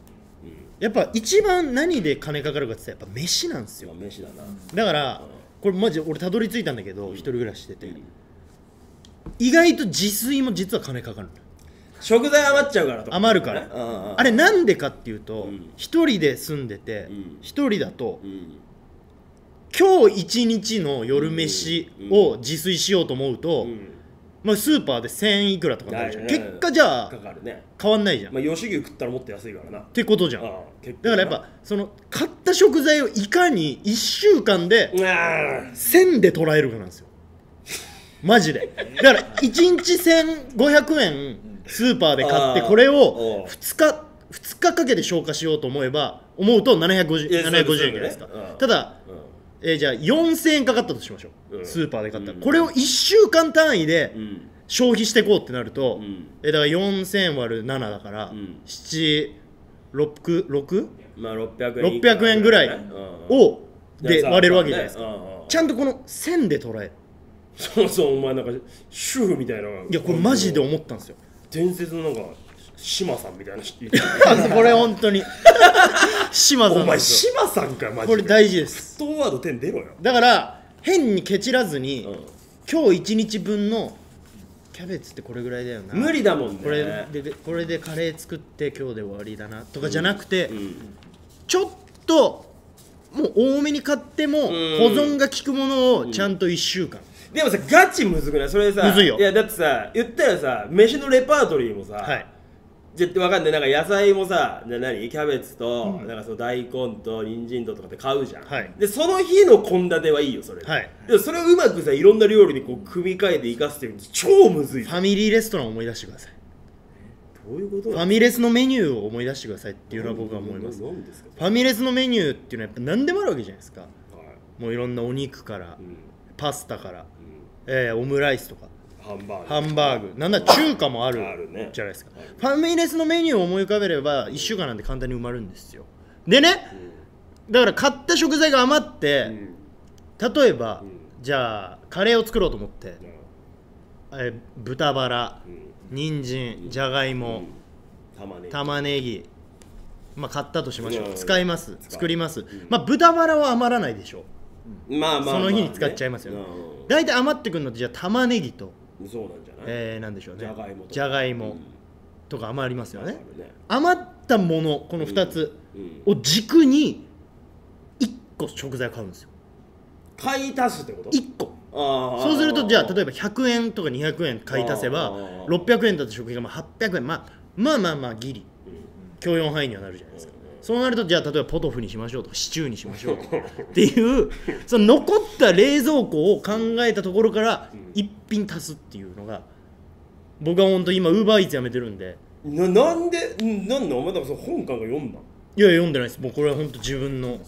B: やっぱ一番何で金かかるかって言ったらやっぱ飯なんですよ
A: 飯だな
B: だからこれマジで俺たどり着いたんだけど、一人暮らししてて、意外と自炊も実は金かかるの
A: 食材余っちゃうからとか
B: 余るか
A: う
B: ら、
A: んうん
B: あれなんでかっていうと
A: ん
B: 一、人で住んでて
A: ん
B: 一、人だと、
A: うん
B: 今日一日の夜飯を自炊しようと思うと、
A: うん
B: まあ、スーパーで1000いくらとかになるじゃん、
A: はいはい
B: 結果じゃあ
A: かかるね
B: 変わんないじゃん、
A: まあ吉牛食ったらもっと安いからな
B: ってことじゃん、
A: ああ結構
B: だからやっぱその買った食材をいかに1週間で
A: うわー
B: 1000で捉えるかなんですよマジでだから1日1500円スーパーで買って
A: あー
B: これ
A: お
B: を
A: う
B: 2日2日かけて消化しようと思えば思うと750
A: いやそうです
B: 750円じゃないですか、
A: そうですねうん
B: ただ、
A: う
B: えーじゃあ4000円かかったとしましょう、
A: うん
B: スーパーで買ったら、
A: うん
B: これを1週間単位で
A: ん
B: 消費していこうってなると、
A: うん
B: えーだから4000割る7だから、
A: ん
B: 7 6 6
A: まあ600円以下
B: 600円ぐらいをで割れるわけじゃないですか、
A: か
B: ちゃんとこの線で捉える
A: そうそうお前なんか主婦みたいない
B: いやこれマジで思ったんですよ
A: 伝説のなんか島さんみたいな人いた
B: これ本当に島さ
A: お
B: んで
A: 前
B: すよ
A: 島さんかマジで
B: これ大事です
A: ストーンワード10出ろよ
B: だから変にケチらずに、
A: うん
B: 今日1日分のキャベツってこれぐらいだよな
A: 無理だもんね
B: これででこれでカレー作って今日で終わりだなとかじゃなくて、
A: うん
B: ちょっともう多めに買っても保存が効くものをちゃんと1週間、
A: でもさガチむずくないそれさ
B: むずいよ
A: やだってさ言ったらさ飯のレパートリーもさ
B: はい
A: じゃわかんないなんか野菜もさな何キャベツと、なんかその大根と人参ととかって買うじゃん、
B: はい
A: でその日の献立はいいよそれ、
B: はい
A: でもそれをうまくさいろんな料理にこう組み替えて生かすっていうの超むずい
B: フ
A: ど
B: ァミリーレストランを思い出してくださいう
A: いうこ
B: フ
A: と
B: ァミレスのメニューを思い出してくださいっていうのは僕は思いますフ
A: 何ですか
B: ァミレスのメニューっていうのはやっぱ何でもあるわけじゃないですか
A: はい
B: もういろんなお肉から
A: うん
B: パスタから、えーオムライスとか
A: ハンバーグ
B: ハンバーグなんなら中華もある
A: あるね
B: じゃないですか、ファミレスのメニューを思い浮かべれば1週間なんて簡単に埋まるんですよでねだから買った食材が余って、
A: うん
B: 例えば、
A: ん
B: じゃあカレーを作ろうと思って、
A: うん
B: えー豚バラ
A: うん
B: 人参じゃがいも、
A: 玉ねぎ
B: 玉ねぎまあ買ったとしましょう、
A: うん
B: 使います
A: 使う
B: 作ります、
A: ん
B: まあ豚バラは余らないでしょう
A: まあまあまあ
B: その日に使っちゃいますよ、
A: ね
B: 大体余ってくるのってじゃあ玉ねぎと、
A: うんそうなんじゃない
B: えー、なんでしょうね
A: じゃがいもとか
B: じゃがいも
A: うん
B: とか余りますよね、
A: あるね
B: 余ったものこの2つ
A: うん
B: を軸に1個食材を買うんですよ
A: 買い足すってこと
B: 1個
A: あー
B: そうするとじゃあ例
A: え
B: えば100円とか200円買い足せば
A: あー
B: 600円だった食費がまあ800円、まあ、まあまあまあギリ許容範囲にはなるじゃないですかそうなるとじゃあ例えばポトフにしましょうとかシチューにしましょうとかっていうその残った冷蔵庫を考えたところから一品足すっていうのが僕は本当今ウーバーイーツやめてるんで
A: ばななんでんなんでお前だからその本館が読んだ
B: いや読んでないですもうこれは本当自分の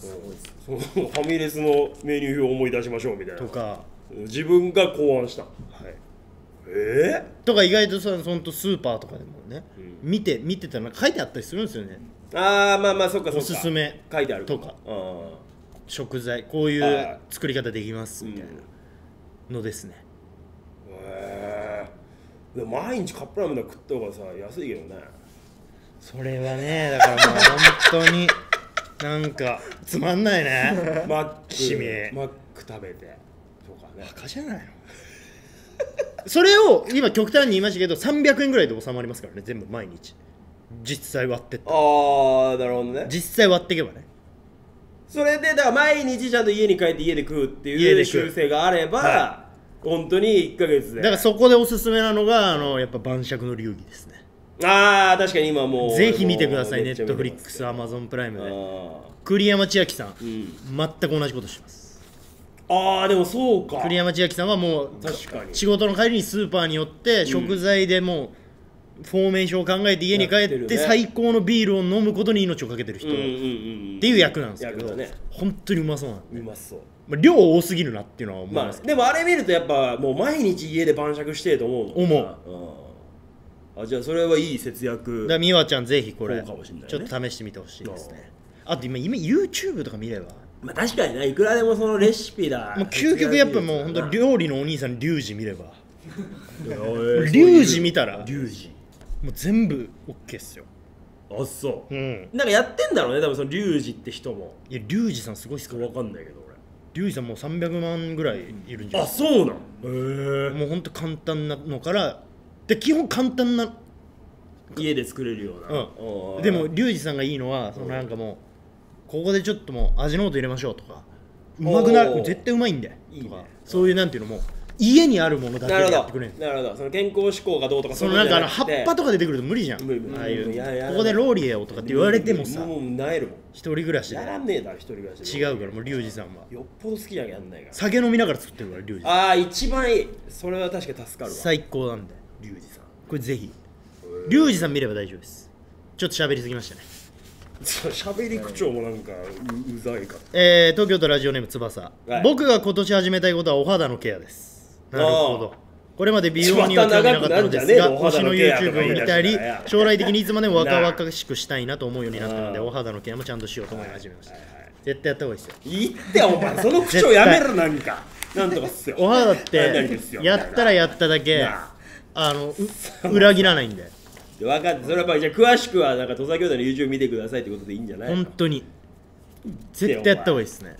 A: そのファミレスのメニュー表を思い出しましょうみたいな
B: とか
A: 自分が考案した
B: はい
A: え
B: とか意外とさほんとスーパーとかでもね、
A: うん
B: 見て見てたら書いてあったりするんですよね
A: えああまあまあそっかそっか
B: おすすめ
A: 書いてある
B: とか
A: あ
B: 食材こうい
A: は
B: う
A: い
B: 作り方できます
A: ー
B: みたいなのですね、
A: へえでも毎日カップラーメンだけ食った方がさ安いけどね
B: それはねだからもう本当になんかつまんないね
A: マック
B: しみ
A: マック食べてとかね
B: バカじゃないのそれを今極端に言いましたけど300円ぐらいで収まりますからね全部毎日実際割ってった
A: ああなるほどね
B: 実際割っていけばね
A: それでだから毎日ちゃんと家に帰って家で食うって
B: 家
A: い
B: で
A: う
B: 食う
A: 習性があれば、
B: は
A: 本当に1ヶ月で
B: だからそこでおすすめなのがあのやっぱ晩酌の流儀ですね
A: ああ確かに今もう
B: ぜひ見てください
A: も
B: ネ
A: う
B: ットフリックスア
A: あ
B: マゾンプライムで
A: ー
B: 栗山千明さん
A: うん
B: 全く同じことしてます
A: あーでもそうか
B: 栗山千明さんはもう
A: 確かに
B: 仕事の帰りにスーパーに寄って食材でもうフォーメーションを考えて家に帰
A: やって
B: っ
A: る
B: て
A: ね
B: 最高のビールを飲むことに命を懸けてる人
A: うんうん
B: っ
A: うん
B: ていう役なんですけ
A: 役だ
B: ど
A: ね
B: 本当にうまそうなん
A: う
B: で
A: まそう
B: まあ量多すぎるなっていうのは思い
A: ま
B: ま
A: あ
B: すけ
A: でもあれ見るとやっぱもう毎日家で晩酌してえと思うもんなうんあじゃあそれはいい節約
B: どだから美和ちゃんぜひこれ
A: そうかもしんないね
B: ちょっと試してみてほしいですねあと今今 YouTube とか見れば
A: まあ確かにねいくらでもそのレシピだ
B: もう究極やっぱもう本当
A: リ
B: 料理のお兄さんリュウジ見れば
A: ュ
B: リュウジ見たら
A: リュウジ
B: もう全部 OK っすよ
A: あそううんなんかやってんだろうね多分そのリュウジって人も
B: いやリュウジさんすごいっすから
A: 分かんないけど
B: リュウジさんもう300万ぐらいいるんじゃ
A: 俺
B: な
A: あ
B: い
A: そうなんへ
B: もうほんと簡単なのからで基本簡単な
A: え家で作れるような
B: う
A: うんん
B: でもリュウジさんがいいのはそのなんかもうここでちょっともう味の素入れましょうとかうまくな
A: お
B: る
A: ー
B: 絶対うまいんで
A: いいね
B: とかそういうなんていうのも家にあるものだけ
A: なる
B: で
A: ほ
B: やってく
A: ど
B: れるんです
A: なるほどその健康志向がどうとか
B: そのなんかあの葉っぱ
A: と
B: とか出てくると無理じゃん
A: 無理無理
B: ああいう
A: いやいや
B: ここでローリエをとかって言われてもさ
A: もうなえるもん
B: 一人暮らしで
A: やらねえだろ一人暮らしで
B: 違うからもうリュウジさんは
A: よっぽど好きじゃやんないから
B: 酒飲みながら作ってるからリュウジさん
A: ああ一番いいそれは確かに助かるわ
B: 最高なんで
A: リュウジさん
B: これぜひ
A: へ
B: リュウジさん見れば大丈夫ですちょっと喋りすぎましたね
A: 喋り口調もなんかううざいか
B: えー、東京都ラジオネーム翼、
A: はい
B: 僕が今年始めたいことはお肌のケアですなるほどこれまで美容には
A: ま
B: 興
A: た
B: 味
A: 長
B: な
A: く
B: かったのです
A: な
B: が
A: んじゃねえの
B: 推し
A: お肌
B: の
A: のケアとか
B: YouTube を見た
A: 言い
B: り
A: 出したら
B: 将来的にいつまでも若
A: なあ
B: 々しくしたいなと思うようになったので
A: ああ
B: お肌のケアもちゃんとしようと思い始めました、
A: はいはい
B: 絶対やった方がいいですよ
A: らいいってお前その口調やめろなんかなんとかっすよ
B: お肌っ
A: なん
B: て
A: ですよ
B: やったらやっただけ
A: なあ
B: あのう裏切らな いんで
A: で分かってそれはまあじゃあ詳しくはなんか土佐兄弟の YouTube 見てくださいってことでいいんじゃない
B: 本当に絶対やった方がいいですね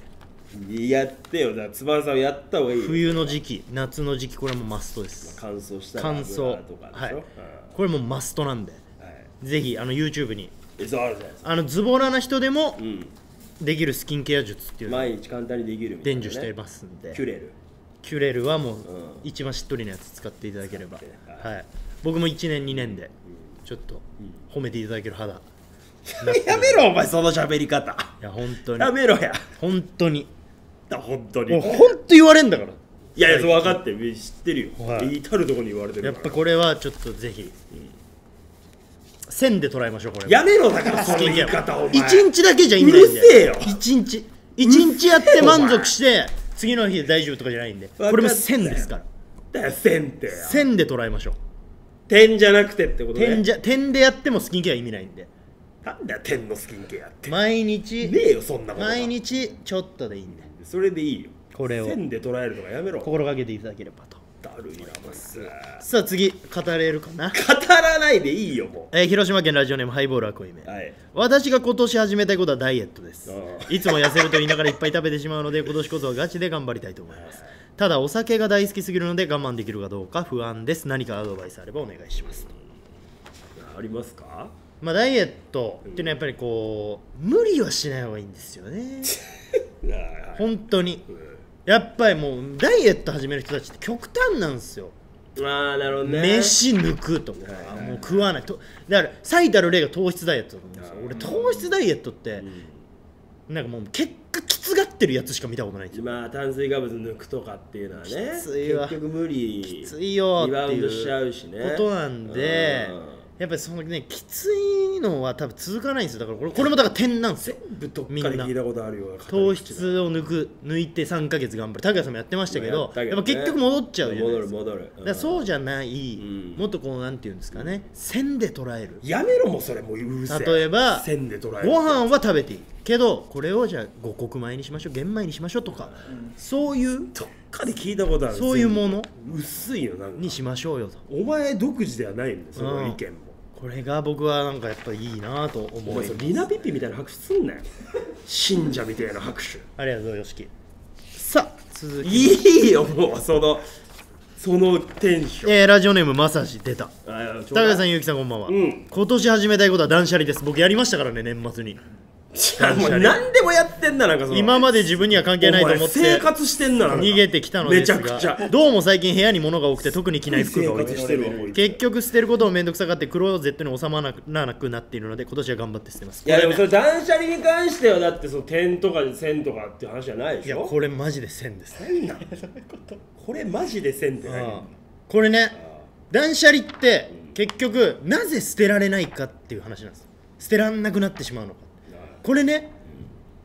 A: やってよだからつばさんをやった方がいいよ
B: 冬の時期夏の時期これはもうマストです
A: 乾燥したら
B: 乾燥
A: 油とかでしょ、
B: はい
A: うん
B: これもうマストなんで
A: はい
B: ぜひあの YouTube に
A: えそうあるじゃないですか
B: あのズボラな人でも
A: うん
B: できるスキンケア術っていうのを
A: 毎日簡単にできるみたい
B: 伝
A: な、
B: 授してますんで
A: キュレル
B: キュレルはもう
A: うん
B: 一番しっとりなやつ使っていただければ
A: 使って
B: はい僕も1年2年でちょっと褒めていただける 肌い
A: やめろお前その喋り方
B: や本当
A: や
B: に
A: めろや
B: 本当に
A: 本当
B: もう
A: に
B: 本当言われんだから
A: いやいやそう分かってる知ってるよ、
B: はい
A: 至るとこに言われて
B: や
A: る
B: っ
A: から
B: ぱこれはちょっとぜひ線で捉えましょうこれは
A: やめろだからその
B: い
A: 言い
B: や
A: 方お前
B: 一日だけじゃいいんだよ
A: うるせえよ
B: 一日一日やって満足して次の日で大丈夫とかじゃないんで
A: かったよ
B: これも線ですから
A: だから線ってよ
B: 線で捉えましょう
A: 点じゃなくてってことね
B: 点じゃ点でやってもスキンケア意味ないんで
A: なんだよ点のスキンケアってね
B: 毎日
A: えよそんなこと
B: 毎日ちょっとでいいんで
A: それでいいよ
B: これを
A: 線で捉えるとかやめろ
B: 心がけていただければと
A: だるいなお前さ
B: さあ次語れるかな、
A: 語らないでいいよも
B: えー広島県ラジオネームハイボールは濃いめ、
A: うはい
B: 私が今年始めたいことはダイエットです
A: ああ
B: いつも痩せると言いながらいっぱい食べてしまうので今年こそはガチで頑張りたいと思いますただお酒が大好きすぎるので我慢できるかどうか不安です何かアドバイスあればお願いします
A: ありますか
B: まあダイエットっていうのはやっぱりこう無理はしない方がいいんですよ ね
A: はいはい
B: 本当に
A: うん
B: やっぱりもうダイエット始める人たちって極端なんですよ
A: ああなるほどね
B: 飯抜くとか、
A: はいはいはい
B: もう食わないとだから最たる例が糖質ダイエットだと思うんですよ
A: あー
B: 俺糖質ダイエットって
A: う、ん
B: なんかもう結果きつがってるやつしか見たことないんですよ
A: まあ炭水化物抜くとかっていうのはね
B: きついわ
A: 結局無理き
B: きついよ
A: リ
B: ーっ
A: バ
B: て
A: ウンドしちゃうし
B: い
A: ね
B: うことなんで
A: うん
B: やっぱりそのねきついのは多分続かないんですよだからこれこれもだから点なんですよ
A: ぶっとっか
B: み
A: り
B: んな
A: 聞いたことあるような
B: 糖質を抜く抜いて3ヶ月頑張る高谷さんもやってましたけどやっぱ結局戻っちゃうじゃない
A: 戻
B: で
A: る
B: すか
A: 戻る、
B: だからそうじゃない、
A: うん
B: もっとこうなんていうんですかね、線で捉える
A: やめろもうそれもううるせえ
B: 例えば
A: 線で捉える
B: ご飯は食べていいけどこれをじゃあ五穀米にしましょう玄米にしましょうとか、そういう
A: どっかで聞いたことある
B: そういうもの
A: 薄いよなんか
B: にしましょうよと
A: お前独自ではないんだよその意見も、
B: これが僕はなんかやっぱいいなと
A: お
B: 思
A: 前
B: い
A: それリナピッピみたいな拍手すんな よ信者みたいな拍手
B: ありがとうよしきさあ続き
A: いいよもうそのそのテンション
B: えーラジオネームまさし出た
A: あちょうだ
B: 高
A: い
B: 橋さん、ゆうきさん、こんばんは、
A: うん
B: 今年始めたいことは断捨離です。僕やりましたからね、年末に。
A: いやもう何でもやってんななんかその
B: 今まで自分には関係ないと思っ
A: お前
B: て
A: 生活してんななんか
B: 逃げてきたのですが
A: めちゃくちゃ
B: どうも最近部屋に物が多くて特に着ない服が
A: 生
B: 多い
A: 活してるわこいつ
B: 結局捨てることを面倒くさがってクローゼットに収まらなくなっているので今年は頑張って捨てます
A: いやでもそれ断捨離に関してはだってその点とかで線とかっていう話じゃないで
B: い
A: し
B: や
A: ょ
B: これマジで線ですね
A: 変なこれマジで線って何
B: これね断捨離って結局なぜ捨てられないかっていう話なんです捨てらんなくなってしまうのかこれね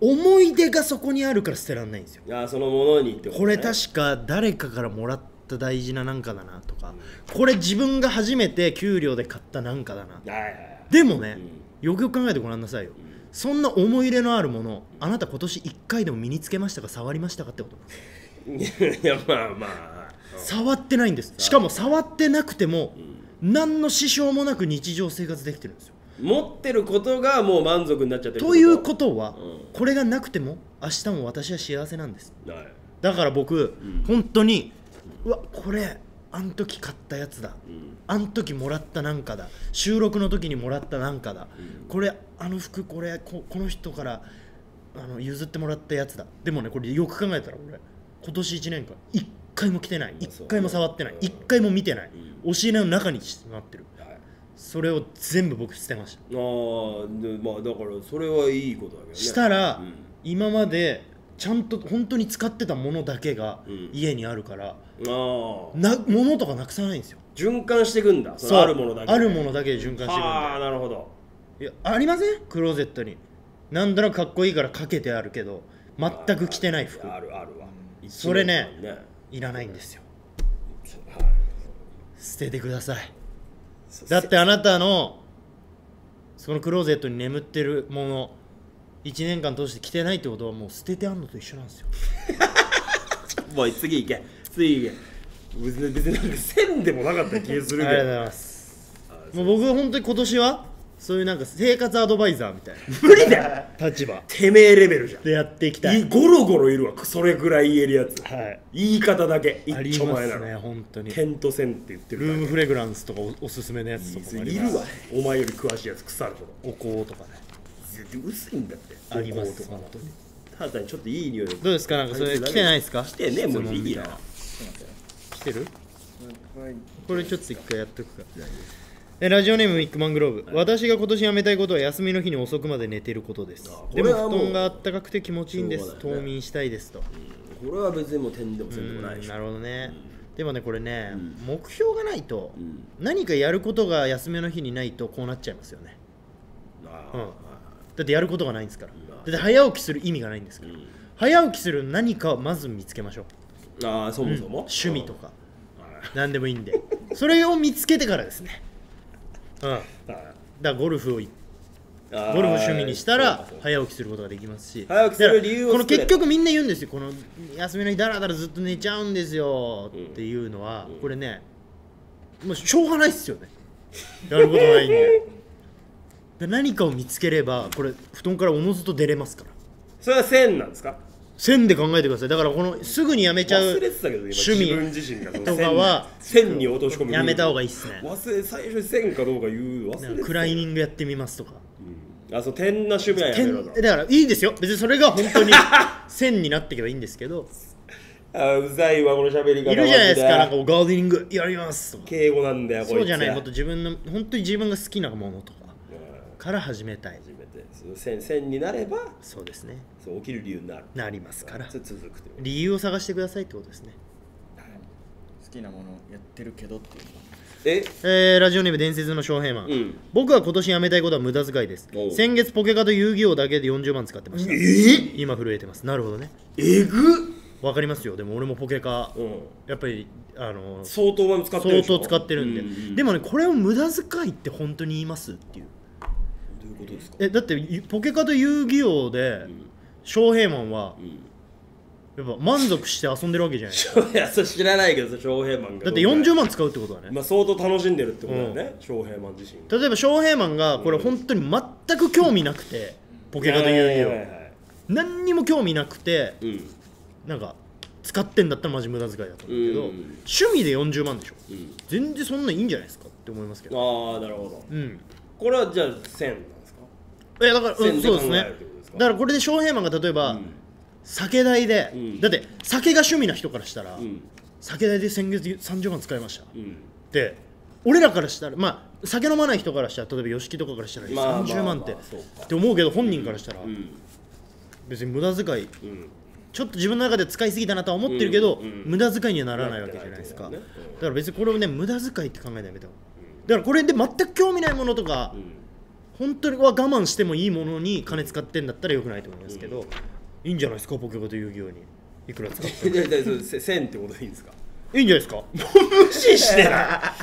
B: 思い出がそこにあるから捨てらんないんですよ
A: いやそのものにってこと、ね、
B: これ確か誰かからもらった大事ななんかだなとかこれ自分が初めて給料で買ったなんかだな
A: はいはいはい
B: でもね、よくよく考えてごらんなさいよ、そんな思い入れのあるものあなた今年1回でも身につけましたか触りましたかってことなんです
A: いやまあまあ
B: 触ってないんですしかも触ってなくても、何の支障もなく日常生活できてるんですよ
A: 持ってることがもう満足になっちゃってる
B: ということは、
A: うん
B: これがなくても明日も私は幸せなんです
A: とはい
B: だから僕、本当にうわこれあん時買ったやつだ、
A: ん
B: あん時もらったなんかだ収録の時にもらったなんかだ、これあの服これここの人からあの譲ってもらったやつだでもねこれよく考えたら俺今年1年間1回も着てない
A: あそう
B: 1回も触ってない1回も見てない、押し入れの中にしまってる
A: はい
B: それを全部僕捨てました
A: ああでまあだからそれはいいことだけどね
B: したら、
A: うん
B: 今までちゃんと本当に使ってたものだけが
A: うん
B: 家にあるから、
A: ああ
B: な物とかなくさないんですよ
A: 循環していくんだそのあるものだけ
B: あるものだけで循環してるんで
A: ああなるほど
B: いやありませんクローゼットになんとなくかっこいいからかけてあるけど全く着てない服
A: あるあるわ
B: それね
A: 一年間
B: いらないんですよ
A: はい
B: 捨ててください
A: そ
B: だってあなたのそのクローゼットに眠ってるもの1年間通して着てないってことはもう捨ててあんのと一緒なんですよ
A: もう次行け次行け別に別になんか線でもなかった気がす
B: あ
A: る
B: り
A: け
B: がとうご
A: ど
B: ざいますもう僕は本当に今年はそういうなんか生活アドバイザーみたい
A: 無理だ よ
B: な立場
A: てめえレベルじゃ
B: でやっていきた
A: ん
B: い
A: いゴロゴロいるわそれぐらい言えるやつ
B: はい
A: 言い方だけ
B: あ
A: 一
B: り
A: 丁
B: ま
A: 前な
B: す
A: の
B: ね本当に
A: テント線って言ってる
B: ルームフレグランスとかおおすすめのやつとかもあり
A: い
B: ます
A: るわお前より詳しいやつ腐るほど
B: お香とかね
A: 薄いんだって
B: あります
A: お香とか
B: 本当に
A: ただちょっといい匂いが
B: どうですかなんかそれ来てないですか
A: 来てねもういいや
C: ちょっと待って
B: 来てる
C: これ
B: これちょっと一回やっとくかえラジオネームウィックマングローブ、私が今年やめたいことは休みの日に遅くまで寝てることです
A: あこ
B: で
A: れ
B: も
A: はもう
B: 布団があったかくて気持ちいいんです、
A: しょうがないね
B: 冬眠したいですと
A: これは別にもう点でも線でもないで
B: うん
A: しょ
B: なるほどね、でもねこれね、
A: うん
B: 目標がないと、
A: うん
B: 何かやることが休みの日にないとこうなっちゃいますよね
A: あ
B: うん
A: あ
B: だってやることがないんですから
A: まあ
B: だって早起きする意味がないんですから、
A: うん
B: 早起きする何かをまず見つけましょう
A: ああそもそも
B: 趣味とか
A: あ
B: 何でもいいんでそれを見つけてからですねうんだか
A: ああ
B: らゴルフをい
A: あ
B: ゴルフ趣味にしたら
A: そうか
B: 早起きすることができますし
A: 早起きする理由を
B: だからこ
A: 作
B: の
A: れ
B: 結局みんな言うんですよこの休みの日だらだらずっと寝ちゃうんですよっていうのは、これねもうしょうがないっすよねやることないんでで何かを見つければこれ布団からおのずと出れますから
A: そうかそれは線なんですか
B: 線で考えてくださいだからこのすぐにやめちゃう
A: 忘れてたけど今
B: 趣
A: 自分
B: 味
A: 自身が
B: とかは
A: 線に落とし込む
B: やめた方がいいっすね
A: 忘れ最初に線かどうか言う忘れ
B: なん
A: て
B: か
A: た
B: クライミングやってみますとか
A: うんあそう点の趣味はやめろ
B: 点
A: と
B: だからいいですよ別にそれが本当に線になっていけばいいんですけど
A: あうざいわこの喋り方
B: いるじゃないですかなん
A: マ
B: か
A: ジ
B: ガーデニングやりますとか
A: 敬語なんだよこいつ
B: そうじゃないもっと自分の本当に自分が好きなものとか
A: うん
B: から始めたい
A: 初めてその線線になれば
B: そうですね
A: そう起きる理由になる
B: なりますから
A: それ続くという
B: 理由を探してくださいってことですね
C: 好きなものやってるけどっていうのが
A: え
B: えーラジオネーム伝説の翔平マン、
A: うん
B: 僕は今年やめたいことは無駄遣いです
A: おう
B: 先月ポケカと遊戯王だけで40万使ってました
A: え
B: 今震えてますなるほどね
A: えぐ
B: わかりますよでも俺もポケカ
A: うん
B: やっぱりあの
A: 相当版使ってるで
B: 相
A: しょ
B: 当使ってるんで、
A: うう
B: でもねこれを無駄遣いって本当に言いますっていう
A: どういうことですか
B: えだってゆポケカと遊戯王で
A: ん
B: 翔平マンは
A: うん
B: やっぱ満足して遊んでるわけじゃない
A: いやそれ知らないけどさ翔平マンが
B: だって40万使うってことはね
A: まあ相当楽しんでるってことだよね、翔平マン自身
B: 例えば翔平マンがこれ本当に全く興味なくてポケカと遊戯
A: はいはい
B: 王
A: はい
B: 何にも興味なくて
A: うん
B: なんか使ってんだったらマジ無駄遣いだと思うけど
A: うん
B: 趣味で40万でしょ
A: うん
B: 全然そんなんいいんじゃないですかって思いますけど
A: ああなるほど
B: うん
A: これはじゃあ1000なんですか
B: いやだから、うん
A: 線で
B: そう
A: 考
B: です
A: え
B: ね
A: るってことですか
B: だからこれで翔平マンが例えば、酒代で、
A: ん
B: だって酒が趣味な人からしたら、
A: うん
B: 酒代で先月30万使いましたっ
A: うん
B: て俺らからしたらまあ酒飲まない人からしたら例えば吉木とかからしたら
A: まあまあ
B: 30万って、
A: まあそうか
B: って思うけど本人からしたら、
A: うん
B: 別に無駄遣い
A: うん
B: ちょっと自分の中で使いすぎたなとは思ってるけど、
A: うんうん
B: 無駄遣いにはならないわけじゃないですか、
A: なってないってことだよね
B: だから別にこれをね無駄遣いって考えないめた方がいいだからこれで全く興味ないものとか、
A: うん
B: 本当には我慢してもいいものに金使ってんだったらよくないと思いますけど、いいんじゃないですかポケモンと遊戯王にいくら使って
A: いやいやそれ1000ってことでいいんですか
B: いいんじゃないですか
A: 無視してない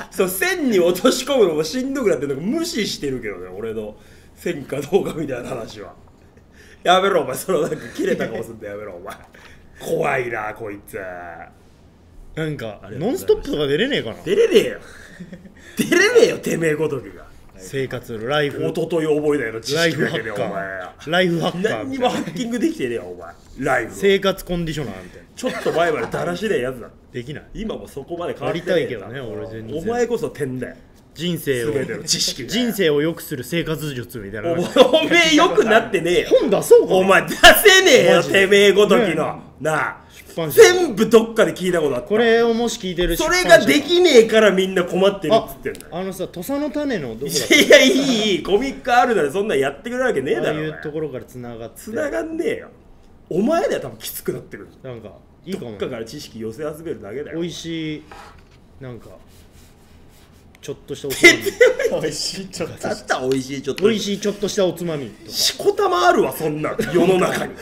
A: そう1000に落とし込むのもしんどくなってるの無視してるけどね俺の1000かどうかみたいな話はやめろお前そのなんか切れた顔すんだやめろお前怖いなこいつ
B: なんか「
A: りがとうございました
B: ノンストップ!」とか出れねえかな
A: 出れねえよ出れねえよてめえごときが
B: 生活ライ
A: 一
B: フ
A: 昨日覚えないの知
B: ライ
A: 識
B: フ
A: だ
B: ハ
A: けで
B: ッ
A: お
B: カ
A: 前
B: ーライフハッカー
A: 何に
B: み
A: も
B: たいな
A: ハッキングできてねえよお前ライブを
B: 生活コンディショナーみたいな
A: ちょっと前までだらしねえやつだ
B: できない
A: 今もそこまで変わってねえな
B: やりたいけどね俺全然
A: お前こそ点だよ
B: 人生を
A: 全ての知識が
B: 人生を良くする生活術みたいな
A: お前おめえよくなってねえよ
B: 本出そうか
A: お前出せねえよ
B: マジで
A: てめえごときの
B: ね
A: なあ
B: 版社
A: 全部どっかで聞いたことあった
B: これをもし聞いてる
A: それがで
B: 出版
A: きねえからみんな困ってるっつってんだ
B: 社
A: よ
B: があのさ土佐の種のどこだっけ
A: いやいいいいコミックあるならそんなんやってくれるわけねえ
B: ああ
A: だろ
B: い
A: お
B: う
A: 前
B: ところからつながって
A: 繋がんねえよお前だよ多分きつくなってくる
B: なんかいいか
A: ど
B: も
A: っかから知識寄せ集めるだけだよ
B: 美味しいなんかちょっとしたおつ
C: 美味しいちょっと
A: だったら美味しいちょっ
B: まみ
A: と
B: 美味しいちょっとしたおつまみとか
A: しこたまあるわそんなん世の中 に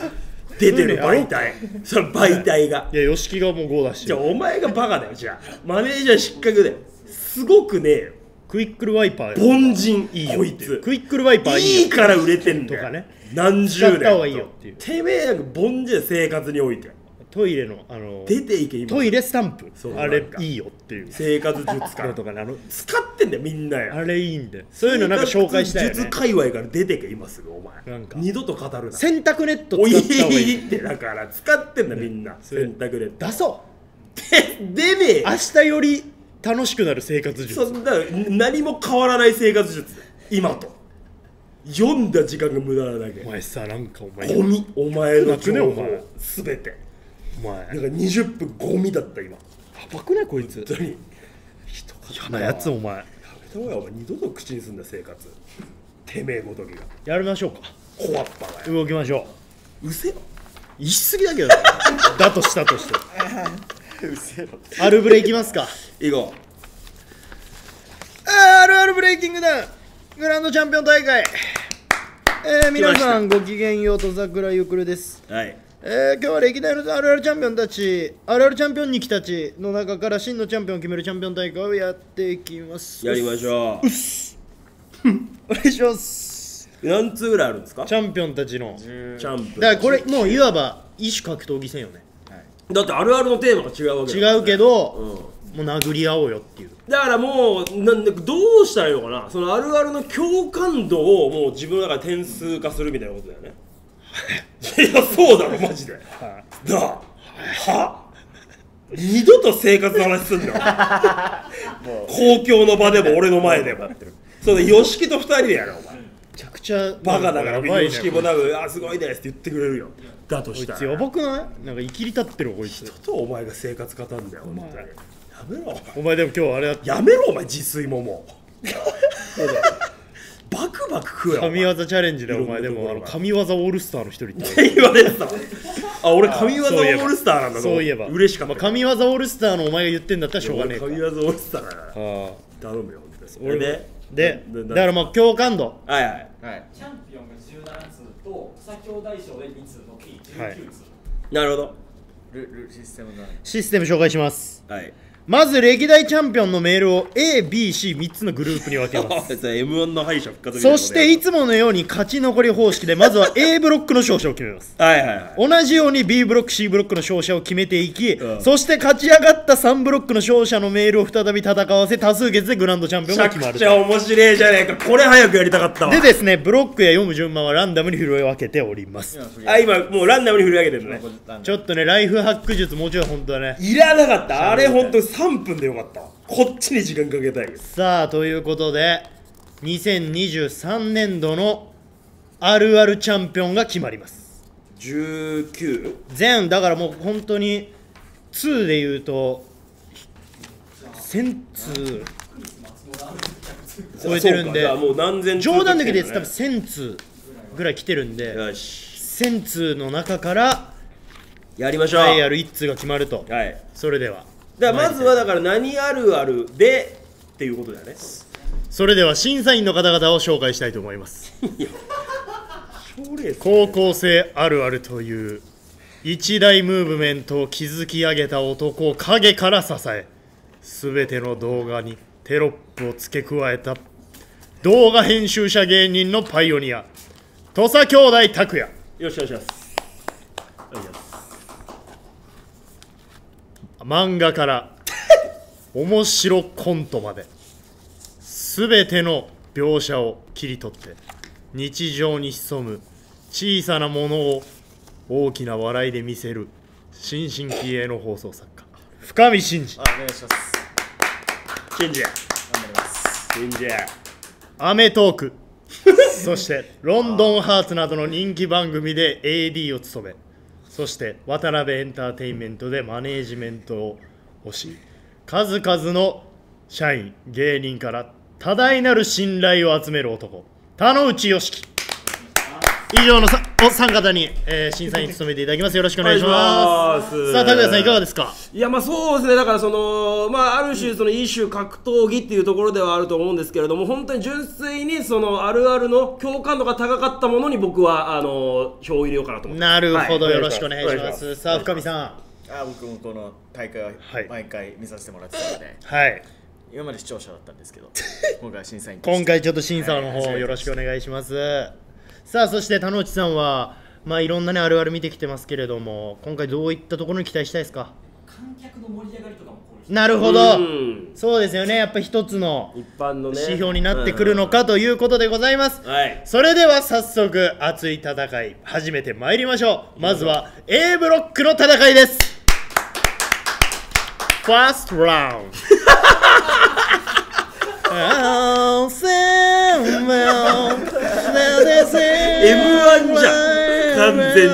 A: 出てる媒体その媒体が
B: いや YOSHIKI がもう5出して
A: じゃあ
B: る
A: お前がバカだよじゃあマネージャー失格だよすごくねえよ
B: クイックルワイパーよ
A: 凡人いいよこいつ
B: クイックルワイパー
A: い
B: いい
A: いから売れてんだよ
B: とかね
A: 何十
B: 使
A: 年
B: った方がいいよっていう
A: てめえなんか凡人生活において
B: トイレのあの
A: 出ていけ今
B: トイレスタンプ
A: そう
B: あ
A: な
B: れ
A: んか
B: いいよっていう
A: 生活術か
B: のとかねあの
A: 使ってんだよみんな
B: あ
A: よ
B: れいいんでそういうのなんか紹介したいよ
A: 生活
B: ね
A: 術界隈から出てけ今すぐお前
B: なんか
A: 二度と語るな
B: 洗濯ネット
A: おい
B: 使った方がいい
A: いってだから使ってんだみんな
B: それ
A: 洗濯で
B: 出そう
A: 出ねえよ
B: 明日より楽しくなる生活
A: そ
B: 術
A: んな何も変わらない生活術今と読んだ時間が無駄なだけ
B: お前さなんかお前
A: ゴミお前の情
B: 少なく
A: 報
B: ねお前
A: すべて
B: お
A: なん
B: 前
A: か20分ゴミだった今
B: やばくないこい
A: 本
B: つ
A: 当に
B: やなやつお前
A: やめた方がいいお前二度と口にすんだ生活てめえごときが
B: やりましょうか
A: 怖っぱがよ
B: 動きましょ
A: うせろ
B: う言い過ぎだけどな だとしたとして
C: うせえろ
B: アルブレいきますか
A: 行こ
B: あーあるあるブレイキングダウングランドチャンピオン大会えー、皆さんごきげんようと桜ゆくるです
A: うはい
B: えー、今日は歴代のあるあるチャンピオンたちあるあるチャンピオンに来たちの中から真のチャンピオンを決めるチャンピオン大会をやっていきます
A: やりましょ
B: お願いします
A: う何通ぐらいあるんですか
B: チャンピオンたちの
A: チャンプ
B: だからこれもういわば異種格闘技戦よね
A: だってあるあるのテーマが違うわけだ
B: 違うけ
A: うん
B: ど、もう殴り合おうよっていう
A: だからもうなんでどうしたらいいのかなそのあるあるの共感度をもう自分の中で点数化するみたいなことだよねいやそうだろマジでなあは二度と生活の話すんな公共の場でも俺の前でもそれで YOSHIKI と二人でやろうお前
B: めちゃくちゃ
A: バカだから
B: やばいね
A: YOSHIKI も多分「あすごいです」って言ってくれるよだと
B: こい
A: した
B: つ
A: ら
B: やばくないなんか生きり立ってるこいつ
A: とお前が生活語んだよ本当にやめろお前
B: お前でも今日あれだ
A: やめろお前自炊もも うバクバク食えよお
B: 神
A: 前
B: 業チャレンジでお前で
A: いろん
B: も
A: な
B: あ
A: ところ
B: の
A: が
B: 神業オールスターの一人って
A: 言われてたわあ俺神業オ
B: そういえば
A: ールスターなんだと思
B: そ
A: っ
B: うい
A: て
B: えば
A: 嬉しかった
B: まあ神業オールスターのお前が言ってんだったらしょうがね
A: 俺
B: えか
A: 神業オールスターだから
B: ああ
A: 頼むよ本当に
B: 俺
A: で
B: でで
A: なな
B: だからもう共感度
A: はいはい
C: はい
D: チャンピオンが17通と佐京大賞で2通の計
B: はい
D: 19通、
A: なるほど
C: ルルシステムの
B: システム紹介します
A: はい
B: まず歴代チャンピオンのメールを ABC3 つのグループに分けます
A: m 1の敗者復活
B: そしてい
A: つ
B: つものように勝ち残り方式でまずは A ブロックの勝者を決め ます
A: はいはいはい
B: 同じように B ブロック C ブロックの勝者を決めていき、
A: うん
B: そして勝ち上がった3ブロックの勝者のメールを再び戦わせ多数決でグランドチャンピオ
A: めち
B: ンが
A: ゃ
B: 決ま
A: く
B: る
A: ちゃ面白いじゃねえかこれ早くやりたかったわ
B: でですねブロックや読む順番はランダムに振り分けております
C: 今振り
A: あ今もうランダムに振り上げてるね
B: ちょっとねライフハック術もうちょい本当だね
A: いらなかったあれ本当に3分でよかったわこっちに時間かけたいです
B: さあということで2023年度のあるあるチャンピオンが決まります
A: 19
B: 全だからもう本当に2で言うと1000通超えてるん
A: そうかじ
B: で
A: ゃあもう何千通
B: 冗談抜きで多分
A: 来
B: 1000通ぐらい来てるん
A: てるね
B: で
A: よし
B: 1000通の中から
A: やりましょう
B: 栄えある1通が決まると
A: はい
B: それでは
A: だからまずはだから何あるあるでっていうことだよね
B: それでは審査員の方々を紹介したいと思います
A: 賞レース
B: 高校生あるあるという一大ムーブメントを築き上げた男を影から支え全ての動画にテロップを付け加えた動画編集者芸人のパイオニア土佐兄弟拓也
A: よしよしよしよしよし
B: 漫画から面白コントまで全ての描写を切り取って日常に潜む小さなものを大きな笑いで見せる新進気鋭の放送作家深見真二
C: あお願いします
A: 信じ
C: 頑張ります
A: 信じ
B: アメトーク そしてロンドンハーツなどの人気番組で AD を務めそして渡辺エンターテインメントでマネージメントを推し数々の社員芸人から多大なる信頼を集める男田之内良樹以上のさお三方に、えー審査員に務めていただきますよろしくお願いし
A: お願
B: ま
A: いし
B: す
A: ます
B: さあ拓哉さんいかがですか
A: いやまあそうですねだからそのまあある種その一種格闘技っていうところではあると思うんですけれども本当に純粋にそのあるあるの共感度が高かったものに僕はあの票を入れようかなと思って
B: なるほど、
A: はい
B: よろしくお願いしますさあ深見さ
C: あ僕もこの大会は
B: はい
C: 毎回見させてもらってたので、
B: んはい
C: 今まで視聴者だったんです けど今回は審査員として
B: 今回ちょっと審査の方よろしくお願いしますさあそして田之内さんはまあいろんなねあるある見てきてますけれども今回どういったところに期待したいですか
D: 観客の盛り上がりとかもこれ
B: なるほど
A: うん
B: そうですよねやっぱ一つの
A: 一般のね
B: 指標になってくるのかということでございます、
A: うんはい
B: それでは早速熱い戦い始めてまいりましょうまずは A ブロックの戦いですファーストラウンド
A: M1
B: M1
A: じゃん完全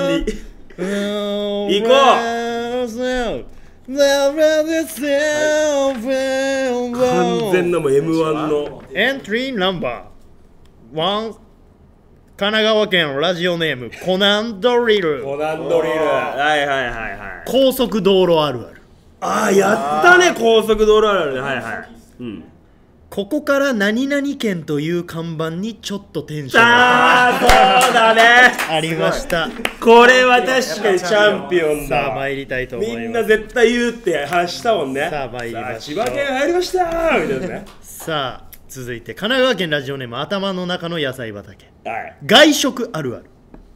A: に
B: 行
A: こう完全なもう M1 の
B: エントリーナンバー1神奈川県ラジオネームコナンドリル
A: コナンドリルはいはいはいはい
B: 高速道路あるある
A: ああやったね高速道路あるあるねはいはいうん
B: ここから何々県という看板にちょっとテンション
A: あ
B: が
A: あそうだね
B: ありました
A: これは確かにチャンピオンだ
B: さあ参りたいと思
A: み
B: い
A: ん
B: ま
A: な
B: す
A: 絶対言うって話したもんね
B: さあ参りましょ
A: さ
B: う
A: あ千葉県入りましたーみたいなね
B: さあ続いて神奈川県ラジオネーム頭の中の野菜畑
A: はい
B: 外食あるある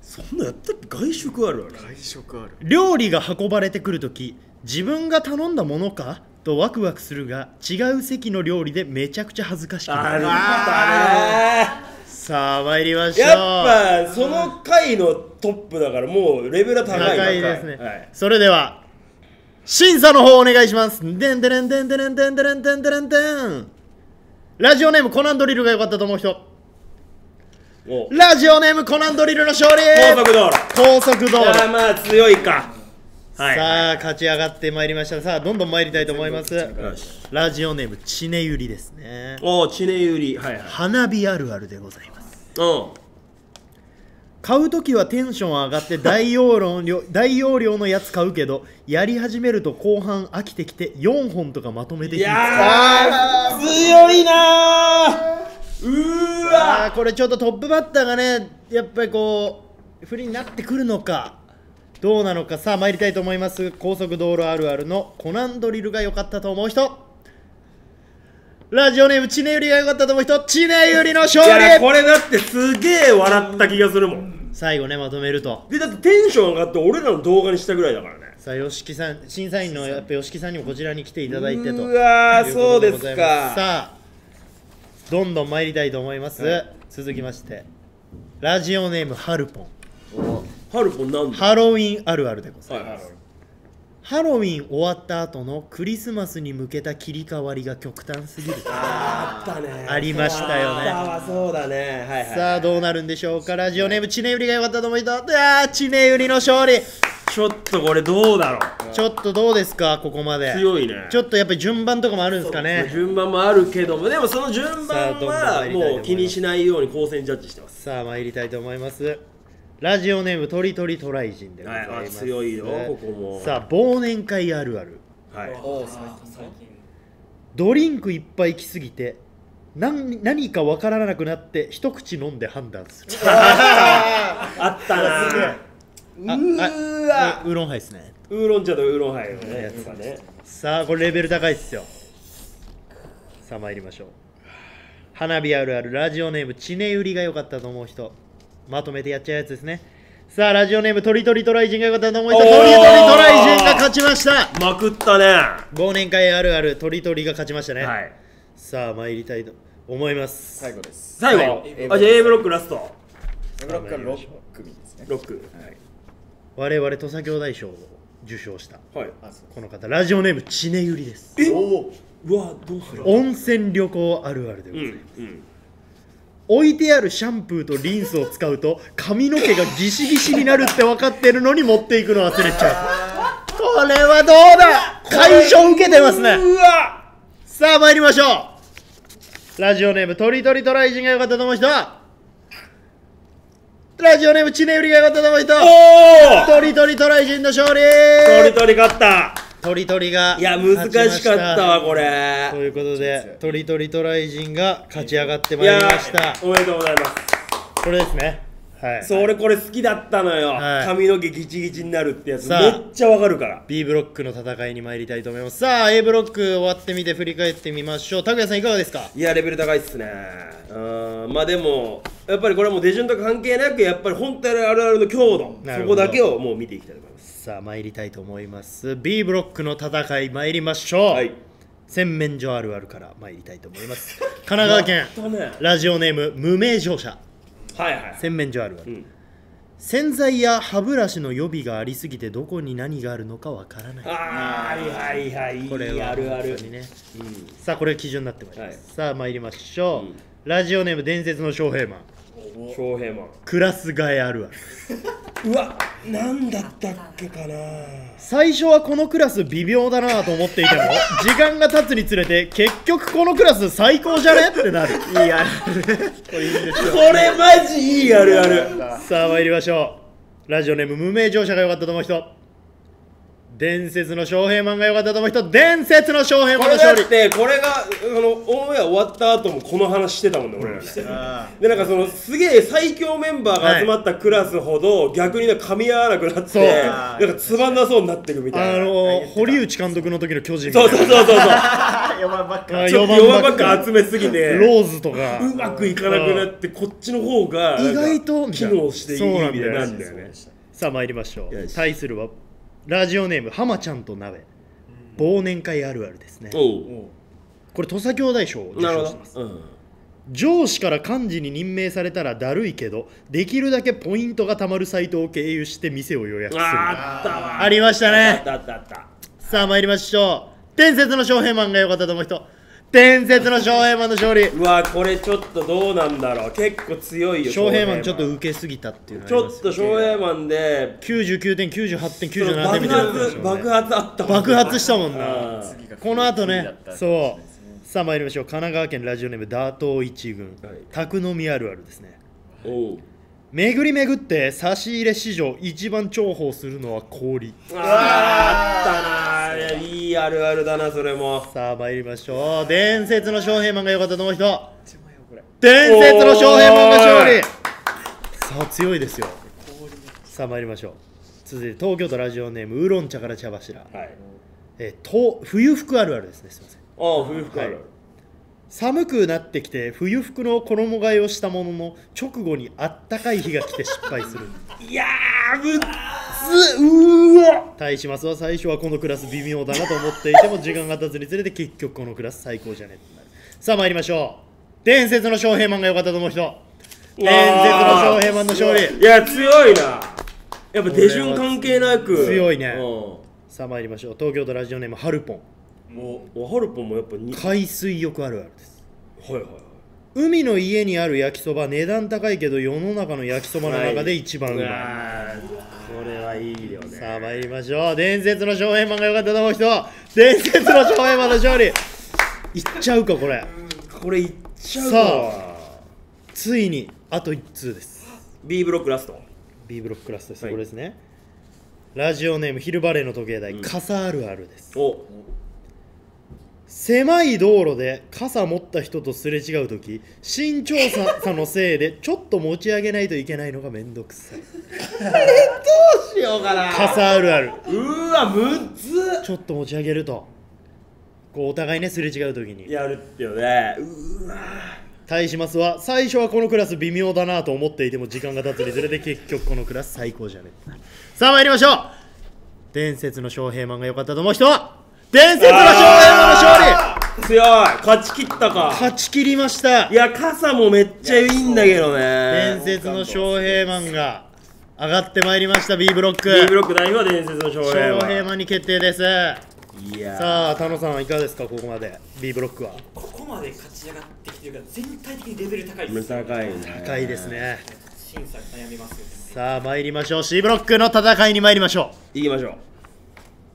A: そんなやったっけ外食あるある
C: 外食ある
B: 料理が運ばれてくるとき自分が頼んだものかとワクワクするが違う席の料理でめちゃくちゃ恥ずかしくな
A: あ
B: る
A: るあ
B: さあ参りまし
A: ね
B: ょう
A: やっぱその回のトップだからもうレベルは高い
B: 高いですね、
A: はい
B: それでは審査の方お願いしますでんでれんでんでれんでんでれんでんでれんでんラジオネームコナンドリルが良かったと思う人
A: お
B: ラジオネームコナンドリルの勝利
A: 高速道路
B: 高速道路
A: まあまあ強いかは
B: さあ勝ち上がってまいりましたさあどんどん参りたいと思います
A: いよし
B: ラジオネームちねゆりですね
A: おおチネユリはいはい
B: 花火あるあるでございます
A: うん
B: 買う時はテンション上がって 大容量大容量のやつ買うけどやり始めると後半飽きてきて4本とかまとめて
A: い
B: 火つける
A: やー強いなーうーわ
B: あーこれちょっとトップバッターがねやっぱりこう不利になってくるのかどうなのかさあ参りたいと思います高速道路あるあるのコナンドリルが良かったと思う人ラジオネームチネユリが良かったと思う人チネユリの勝
A: いや
B: 利
A: これだってすげえ笑った気がするもん
B: 最後ねまとめると
A: でだってテンション上がって俺らの動画にしたぐらいだからね
B: さあ YOSHIKI さん審査員のやっぱ YOSHIKI さんにもこちらに来ていただいてと
A: うわー
B: といこと
A: そうですか
B: ございますさあどんどん参りたいと思います、続きましてラジオネームハルポン
A: ハルポンなんだ
B: ハロウィンあるあるでござい
A: はいは
B: ます
A: いはい
B: ハロウィン終わった後のクリスマスに向けた切り替わりが極端すぎる
A: あったね
B: ありましたよね
A: あったわそうだねはいはい
B: さあどうなるんでしょうかラジオネームチネウリが良かったと思う人ああチネウリの勝利
A: ちょっとこれどうだろ
B: ちょっとどうですかここまで
A: う強いね
B: ちょっとやっぱり順番とかもあるんですかね
A: 順番もあるけどもでもその順
B: さあ
A: 番
B: どんどん
A: は
B: 参りたいと思います
A: もう気にしないように高専ジャッジしてます
B: さあ参りたいと思いますラジオネームとりとりトライ人でござい
A: は
B: ま
A: いあ
B: す、
A: 強いよここも
B: さあ忘年会あるある
A: はい
C: おお最
D: 最近
B: ドリンクいっぱい来すぎて何何かわからなくなって一口飲んで判断する
A: あったなうーわ
B: あウーロンハイですね
A: ウーロン茶とウーロンハイのねやつがね
B: さあこれレベル高いっすよさあ参りましょう花火あるあるラジオネームチネウリが良かったと思う人まとめてやっちゃうやつですねさあラジオネームトリトリトライ人が良かったと思う人
A: お
B: ト
A: ー
B: リトリトライ人が勝ちました
A: まくったねは
B: 忘年会あるあるトリトリが勝ちましたね、
A: い
B: さあ参りたいと思います
C: 最後です
A: 最後
C: はい
A: あじゃあ A ブロックラスト
C: A ブロックは6組ですね
A: ロック
B: 我々土佐兄弟賞を受賞した
A: はい
C: あそう
B: この方ラジオネームチネユリです
A: えうわどうする
B: 温泉旅行あるあるでご
A: う
B: ざいます、
A: んうん
B: 置いてあるシャンプーとリンスを使うと髪の毛がギシギシになるって分かってるのに持っていくの忘れちゃ うこれはどうだ解消受けてますね
A: うわ
B: さあ参りましょうラジオネームとりとりトライ人が良かったと思う人はラジオネームチネウリがよかったと思う人
A: おお
B: 鳥鳥トライ人の勝利
A: 鳥鳥勝った
B: 鳥鳥が
A: いや難しかったわこれ
B: ということで鳥鳥トライ人が勝ち上がってま
A: い
B: いり
A: や
B: ました
A: おめでとうございます
B: これですねはい
A: そう俺これ好きだったのよ、
B: はい
A: 髪の毛ギチギチになるってやつめ
B: さあ
A: っちゃわかるから
B: B ブロックの戦いに参りたいと思いますさあ A ブロック終わってみて振り返ってみましょう拓哉さんいかがですか
A: いやレベル高いっすねうんまあでもやっぱりこれはもう手順とか関係なくやっぱり本体のあるあるの強度
B: なる
A: そ
B: ほど
A: こだけをもう見ていきたいと思います
B: さあ参りたいと思います B ブロックの戦い参りましょう、
A: はい
B: 洗面所あるあるから参りたいと思います神奈川県
A: やったね
B: ラジオネーム無名乗車
A: はいはい
B: 洗面所あるある、
A: うん
B: 洗剤や歯ブラシの予備がありすぎてどこに何があるのかわからない
A: あーはいはいはい
B: これは
A: あるある
B: 本当にね
A: うん
B: さあこれが基準になってまいります、
A: は
B: さあ参りましょう、
A: うん
B: ラジオネーム伝説の翔平マン
A: 翔平マン
B: クラス替えあるある
A: うわなんだったっけかな
B: 最初はこのクラス微妙だなと思っていて も時間が経つにつれて結局このクラス最高じゃねってなる
C: いや、これいいですよ。
A: これマジいいあるある
B: さあ参りましょうラジオネーム無名乗車が良かったと思う人伝説の翔平マンが良かったと思う人伝説の翔平
A: こ
B: マンの
A: れ
B: 勝
A: だ
B: 利
A: ってこれがあのオンエア終わった後もこの話してたもんね俺らね
C: あ
A: でなんかそのすげえ最強メンバーが集まったクラスほど逆になんか噛み合わなくなって
B: そう
A: なんかつまんなそうになっていくみた
B: あ
A: いな
B: の堀内監督の時の巨人みたい
A: そう
B: な
A: そうそうそうそう
C: あ、4番ばっか。
B: あ
A: ちょっと
B: 四
A: 弱ばっか集めすぎて
B: ローズとか
A: うまくいかなくなってこっちの方がなんか
B: 意外とみ
A: 機
B: たいな
A: 能していいみたいになるんだよ
B: そうなんだよ
A: ね
B: さあ参りましょ
A: よ
B: う
A: し
B: 対するはラジオネーム浜ちゃんと鍋忘年会あるあるですね
A: お
B: これ土佐兄弟賞を
A: う
B: 受
A: なる
B: 賞
A: ほ
B: してます
A: ど、うん、
B: 上司から幹事に任命されたらだるいけどできるだけポイントがたまるサイトを経由して店を予約する
A: あーあったわ
B: ありました
A: あっ
B: ね
A: たあったあった
B: さあ参りましょう伝説の翔平マンが良かったと思う人伝説の翔平マンの勝利
A: うわこれちょっとどうなんだろう結構強いよ
B: 翔平マンちょっと
A: ウ
B: 受けすぎたっていうの
A: ちょっと
B: と
A: 翔平マンで
B: 99点98点
A: その
B: 97点
A: 爆
B: みたいな
A: 発爆発あったもんね
B: 爆発したもん
A: う
B: なん
C: 次が
B: この後ね
C: 次だった
B: そうさあ参りましょう神奈川県ラジオネーム打倒一軍
A: はい
B: 宅飲みあるあるですね
A: おう
B: 巡り巡って差し入れ市場一番重宝するのは氷
A: あーあったなーいいあるあるだなそれも
B: さあ参りましょう伝説の翔平マンが良かったと思う人
C: めっちゃ迷うこれ。
B: 伝説の翔平マンが勝
A: お
B: 利
A: ー
B: さあ強いですよさあ参りましょう続いて東京都ラジオネームウーロン茶から茶柱、
A: はい
B: えーと冬服あるあるですねすいません
A: ああ冬服ある、
B: 寒くなってきて冬服の衣替えをしたものの直後にあったかい日が来て失敗する
A: い、やーむっつうーわ
B: 対しますは最初はこのクラス微妙だなと思っていても時間が経つにつれて結局このクラス最高じゃねえとなるさあ参りましょう伝説の翔平マンが良かったと思う人伝説の翔平マンの勝利
A: いや強いなやっぱ手順関係なく
B: 強いね
A: う
B: さあ参りましょう東京都ラジオネームハルポン
C: も
A: んハルポンもやっぱにはい
B: 海水浴あるあるです
A: はいはい
B: 海の家にある焼きそば値段高いけど世の中の焼きそばの中で一番うまい、
A: あこれはいいよね
B: さあ参りましょう伝説の翔平マンが良かったと思う人伝説の翔平マンの勝利いっちゃうかこれ
A: これいっちゃう
B: さ
A: か
B: ついにあと1通です
A: B ブロックラスト
B: B ブロッククラスです、
A: はい
B: これですねラジオネーム昼バレーの時計台、傘あるあるです
A: お
B: 狭い道路で傘持った人とすれ違う時身長差差のせいでちょっと持ち上げないといけないのがめんどくさい
A: しようかな
B: 傘あるある
A: うーわむっつ
B: ちょっと持ち上げるとこうお互いねすれ違う時に
A: やるってよねうーわ
B: 対しますは最初はこのクラス微妙だなと思っていても時間が経つにつれて結局このクラス最高じゃねえさあ参りましょう伝説の翔平マンが良かったと思う人は伝説の翔平マンの勝利
A: 利強い勝ち切ったか
B: 勝ち切りました
A: いや傘もめっちゃいいんだけどね
B: 伝説の翔平マンが上がってまいりました B ブロック
A: B ブロック代表は伝説の翔平
B: 翔
A: は
B: 平マンに決定です
A: いやー
B: さあ田野さんいかがですかここまで B ブロックは
D: ここまで勝ち上がってきてるから全体的にレベル高い
A: 無
D: ですよ
A: 高いね
B: 高いですね
D: 審査悩みますよね
B: さあ参りましょう C ブロックの戦いに参りましょう
A: 行きましょう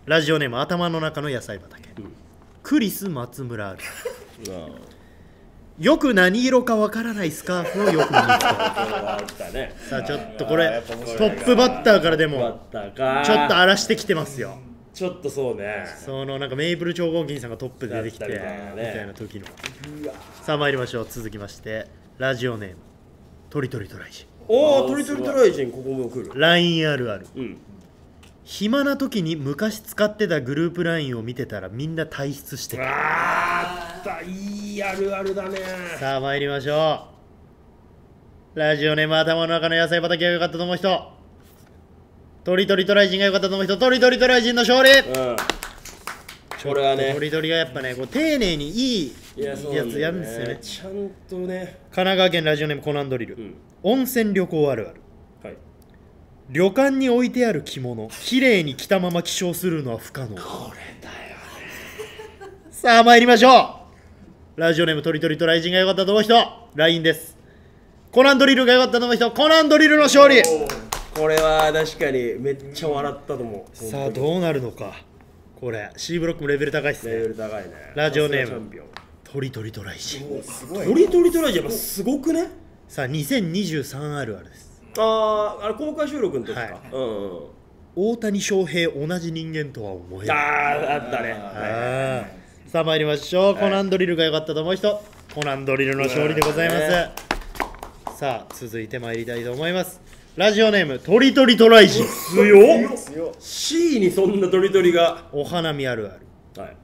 B: ラジオネーム頭の中の野菜畑、クリス松村ある
A: うん
B: よく何色かわからないスカーフをよく見 に来た
A: あったね
B: さあちょっとこ
A: あーや
B: れ
A: っ
B: ト
A: ぱ面白いな
B: ップバッターからで
A: バッ
B: も
A: ターか
B: ちょっと荒らしてきてますよ
A: ちょっとそうね
B: そのなんかメイプル超合金さんがトップで出てきてみ
A: だったりとかね
B: たいな時のさあ参りましょう続きましてラジオネームとりとりトライジ
A: おお
D: あー
A: トリトリ
D: すご
A: ト
D: い
A: ライジンここも来る
B: LINE あるある
A: うん
B: 暇な時に昔使ってたグループ LINE を見てたらみんな退出してた
A: あーあったいいあるあるだね
B: さあ参りましょうラジオネーム頭の中の野菜畑が良かったと思う人とりとりトライジンが良かったと思う人とりとりトライジンの勝利
A: うんこれはね
B: とりとりがやっぱねこう丁寧にいい
A: い
B: や
A: やそうなん
B: つ
A: だ
B: や
A: よ
B: るんですよね
A: ちゃんとね
B: 神奈川県ラジオネームコナンドリル、
A: うん
B: 温泉旅行あるある
A: はい
B: 旅館に置いてある着物綺麗に着たまま起床するのは不可能これだよね さあ参りましょうラジオネームとりとりとライジンが良かったと思う人 LINE ですコナンドリルが良かったと思う人コナンドリルの勝利
A: これは確かにめっちゃ笑ったと思うその時
B: さあどうなるのかこれ C ブロックもレベル高いっす
A: レベ
B: ね
A: ル高いね
B: ラジオネーム
A: さすがチャンピオン
B: とりとりとライジン
C: すごい
A: トリトリトライジンやっぱすごくね
B: さあ2023あるあるです
A: あーあれ公開収録の時か、
B: はい
A: うんうん
B: 大谷翔平同じ人間とは思え
A: あ
B: ない
A: ああったね
B: あーさあ参りましょう、コナンドリルが良かったと思う人コナンドリルの勝利でございます、
A: うわ
B: さあ続いて参りたいと思いますラジオネームとりとりトライジン
A: 強っ
C: 強っ
A: C にそんなトリトリが、
B: お花見あるある
A: はい、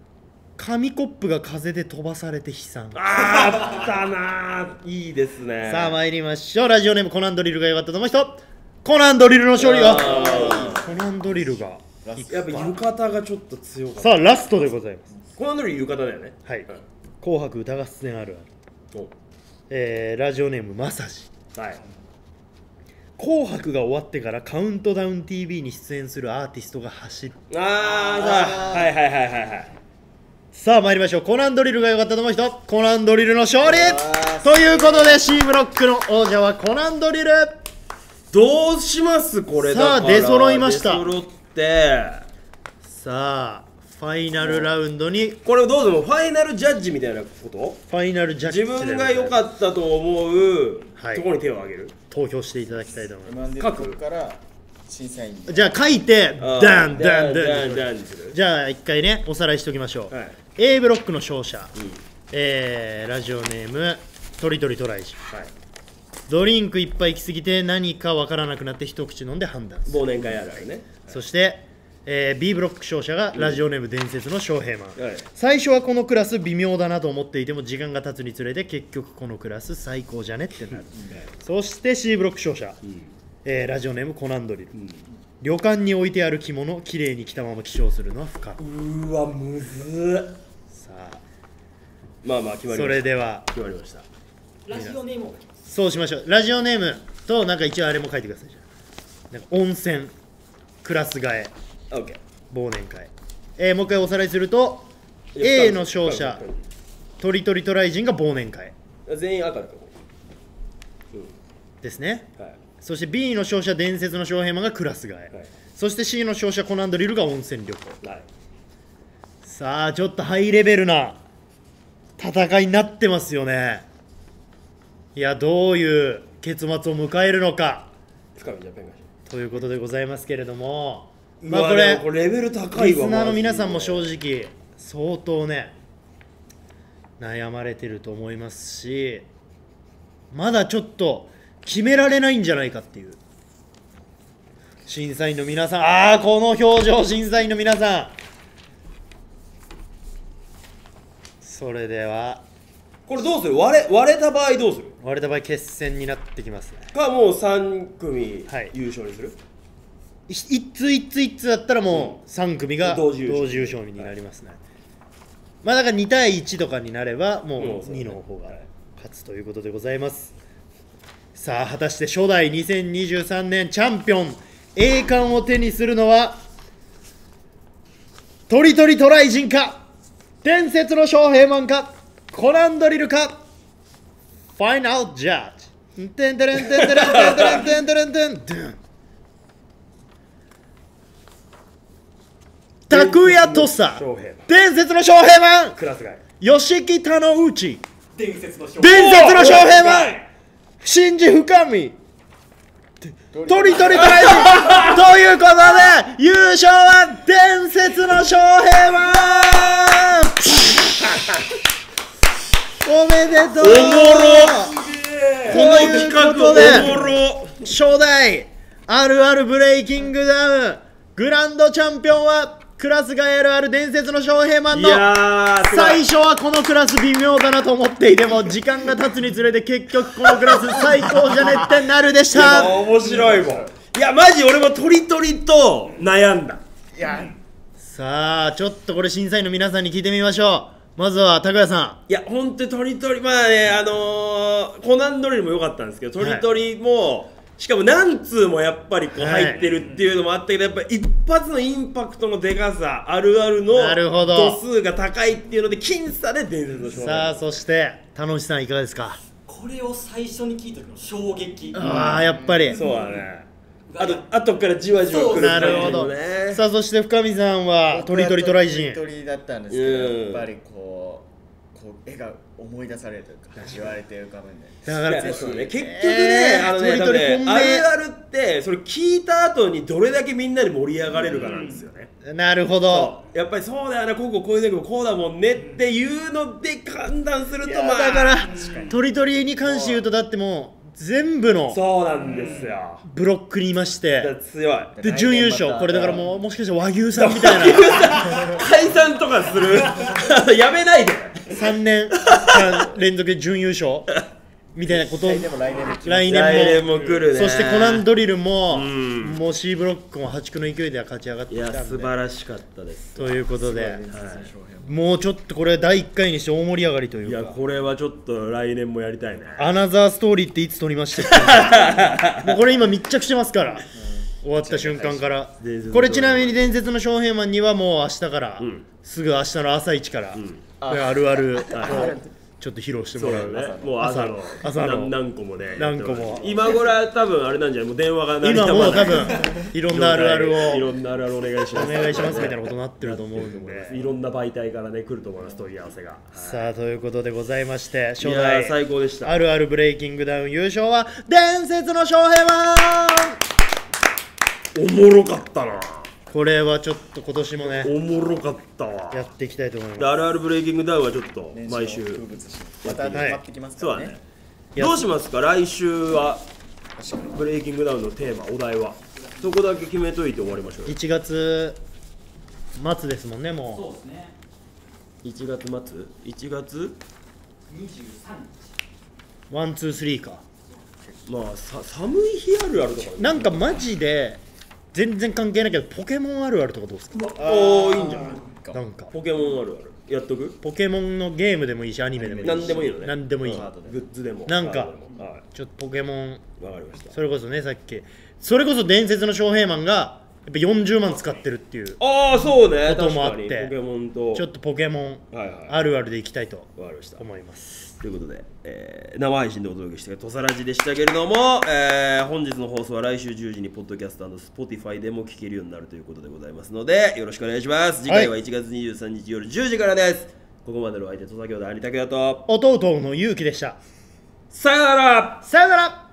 B: 紙コップが風で飛ばされて悲惨
A: あーあったなーいいですね
B: さあ参りましょうラジオネームコナンドリルが良かったと思う人コナンドリルの勝利が
A: あ
B: コナンドリルが
A: やっぱ浴衣がちょっと強かった
B: さあラストでございます
A: コナンドリル浴衣だよね
B: はい「紅白歌合戦あるある
A: お」
B: えーラジオネームマサジ
A: はい
B: 紅白が終わってからカウントダウン TV に出演するアーティストが走る
A: あーさあはいはいはいはいはい
B: さあ参りましょうコナンドリルが良かったと思う人コナンドリルの勝利
C: あー
B: ということで C ブロックの王者はコナンドリル
A: どうしますこれだから
B: さあ出揃いました
A: 出揃って
B: さあファイナルラウンドにフ
A: これどうでもファイナルジャッジみたいなこと
B: ァイナルジャッジ
A: 自
B: でござい
A: 分
B: ます
A: が良かったと思う
B: はい
A: ところに手を挙げる、
B: 投票していただきたいと思いま
C: M&A の
A: 書く
C: とこから審査員に
B: すじゃあ書いて
A: あー
B: ダンダン
A: ダ
B: ダ
A: ン
B: ン
A: ダンにする
B: じゃあ一回ねおさらいしておきましょう、
A: はい
B: A ブロックの勝者、えーラジオネームとりとりトライジ
A: はい
B: ドリンクいっぱい行きすぎて何かわからなくなって一口飲んで判断する
A: 忘年会あるあるね
B: そして、えー B ブロック勝者がラジオネーム伝説の翔平マン、
A: はい
B: 最初はこのクラス微妙だなと思っていても時間が経つにつれて結局このクラス最高じゃねってなるそして C ブロック勝者、えーラジオネームコナンドリル、旅館に置いてある着物綺麗に着たまま起床するのは不可能
A: うわむずっ
B: さあ
A: まあまあ決まりました
B: それでは
A: 決まりました
D: ラジオネームを
B: そうしましょうラジオネームとなんか一応あれも書いてくださいじゃあなんか温泉クラス替え
A: OK
B: 忘年会、えーもう一回おさらいすると A の勝者トリトリトライジンが忘年会
A: 全員赤だと
B: ですね
A: 思うはい
B: そして B の勝者伝説の翔平マンがクラス替え、
A: はい
B: そして C の勝者コナンドリルが温泉旅行
A: はい
B: さあちょっとハイレベルな戦いになってますよねいやどういう結末を迎えるのか
A: 深見ジャパンが
B: ということでございますけれども
A: う
B: ま
A: わ
B: あこ
A: で
B: れ
A: もこれレベル高い
B: リ
A: わ
B: スナーの
A: マジで
B: 皆さんも正直相当ね悩まれてると思いますしまだちょっと決められないんじゃないかっていう審査員の皆さんああこの表情審査員の皆さんそれでは
A: これどうする割れ割れた場合どうする
B: 割れた場合決戦になってきますね
A: かもう3組
B: はい
A: 優勝にする、
B: い一通一通一通だったらもう3組が同
A: 同
B: 時
A: 時
B: 優
A: 優勝
B: 勝になりますね、まあだから2対1とかになればもう
A: もうそうね
B: 2の方が
A: はい
B: 勝つということでございますさあ果たして初代2023年チャンピオン栄冠を手にするのはとりとりトライ人か伝説の翔平マンかコナンドリルかファイナルジャッジてんてれんてんてれんてんてれんてんてれんてんてん拓也とさ
A: 翔平
B: 伝説の翔平マン
A: クラス外
B: 吉木田之内
D: 伝説の商品
B: 伝説の翔平マン真珠深みトリトリトラ イジンということで優勝は伝説の翔平マンおめでとう
A: おもろこの企画
B: という
A: お
B: こと
A: もろ
B: 初代あるあるブレイキングダウングランドチャンピオンはクラスがあるある伝説の翔平マン
A: い
B: の
A: やーすごい
B: 最初はこのクラス微妙だなと思っていても時間が経つにつれて結局このクラス最高じゃねってなるでし
A: あ
B: た
A: ー面白いもんいやマジ俺もとりとりと悩んだ
C: いや
B: さあちょっとこれ審査員の皆さんに聞いてみましょうまずは拓也さ
A: いや本当にとりとりまあねあのー、コナンドリルも良かったんですけどとりとりも、しかも何通もやっぱりこう
B: はい
A: 入ってるっていうのもあったけど、やっぱ一発のインパクトのでかさあるあるの
B: なるほど
A: 度数が高いっていうので僅差で伝説の
B: ん
A: 少
B: さあ
A: 年
B: そして楽しさんいかがですか
D: これを最初に聞いた時の衝撃
B: ああやっぱり
A: そうだねあと後からじわじわ来る
B: なるほど
A: 感じのね
B: さあそして深見さんは
C: 僕
B: と
C: は
B: りとりトライジン
C: とりとりだったんですけど、
A: うん
C: やっぱりこうこう絵が思い出されるというか言われて浮かぶんで
B: だ
A: だ
B: か
A: からら
B: ぜ
A: ね
B: ひ
A: 結局ね、
B: えー
A: あのね、
B: とり
A: 多
B: と
A: 分
B: り
A: ね
B: 本命
A: あるあるって、それ聞いた後にどれだけみんなで盛り上がれるかなんですよね。
B: なるほど
A: やっぱりそうだよな、こうこうこういう時もこうだもんねっていうので判断すると、
B: いや
A: まあ、
B: だからとりとりに関して言うとだってもう全部の
A: そうなんですよ。
B: ブロックにいまし
A: だから
B: て
A: 強い。
B: で準優勝これだからもうもしかして和牛さんみたいな
A: 解散とかする やめないで。
B: 3年間連続で準優勝みたいなこと
C: 来年も来年も来
B: 来年も
A: 来年も来るね。
B: そしてコナンドリルも、
A: ん
B: もう C ブロックも破竹の勢いでは勝ち上がって
A: い
B: きたん
A: や、
B: で
A: 素晴らしかったです。
B: ということで
C: 年も翔平も
B: もうちょっとこれ第1回にして大盛り上がりとい
A: いうや、
B: か
A: これはちょっと来年もやりたいね。
B: アナザーストーリーっていつ撮りました っけもうこれ今密着してますから終わった瞬間から
A: 伝説の
B: これちなみに伝説の翔平マンにはもう明日から、
A: ん
B: すぐ明日の朝一から、これあるあるをちょっと披露して
A: そ
B: も
A: う
B: ら
A: だ
B: う
A: ね。もう朝の
B: 朝の
A: な何個もね。
B: 何個も
A: 今頃は多分あれなんじゃないもう電話が鳴り
B: 今
A: 止
B: も
A: ま
B: う 多
A: ない
B: 分いろんなあるあるを
A: いろんなあるあるお願いしま
B: お
A: す。
B: 願いしますみたいなことになってると思うんで
A: いろんな媒体からね来ると思います問い合わせが。
B: さあということでございまして初
A: いや
B: 代
A: ー最高でした。
B: あるあるブレイキングダウン優勝は伝説の翔平マ
A: おもろかったな。
B: ンこれはちょっと今年もね
A: おもろかったわ。
B: やっていきたいと思い
A: で
B: ま
A: あるあるブレイキングダウンはちょっと
C: 年始の
A: 毎
C: 風
A: 週。
C: 物詩また変わってきますか
A: そう
C: ら
A: だ
C: ね,、
A: ね。
B: いや
A: どうしますか来週は
C: 確かに
A: ブレイキングダウンのテーマお題はそこだけ決めといて終わりましょう
B: す
A: よ。
B: 1月末ですもんねも
D: そうですね
A: 1月末？1月？
D: 23日
B: うワンツースリーか
A: まあさ寒い日あるあるとか。
B: なんかマジで全然関係ないけどポケモンあるあるとかどうですか
A: おおいいんじゃない。
B: なんか
A: ポケモンあるあるやっとく
B: ポケモンのゲームでもいいしアニメでもいいし
A: 何でもいいのね
B: 何でもいい
C: カードで
A: グッズでも
B: なんか
A: カードでもは
B: ちょっとポケモン
A: いわかりました
B: それこそねさっきそれこそ伝説の翔平マンがやっぱ40万使ってるっていう
A: ああそうね
B: こと
A: 確
B: もあっ
A: か
B: て
A: にポケモンと
B: ちょっとポケモン
A: はいはい
B: あるあるでいきたいと
A: わかりました
B: 思います
A: ということで、えー生配信でお届けした「とさらじ」でしたけれども、えー本日の放送は来週10時にポッドキャスト &Spotify でも聞けるようになるということでございますのでよろしくお願いします次回は1月23日夜10時からです、ここまでのお相手土佐兄弟兄武だと
B: 弟の勇気でした
A: さよなら
B: さよなら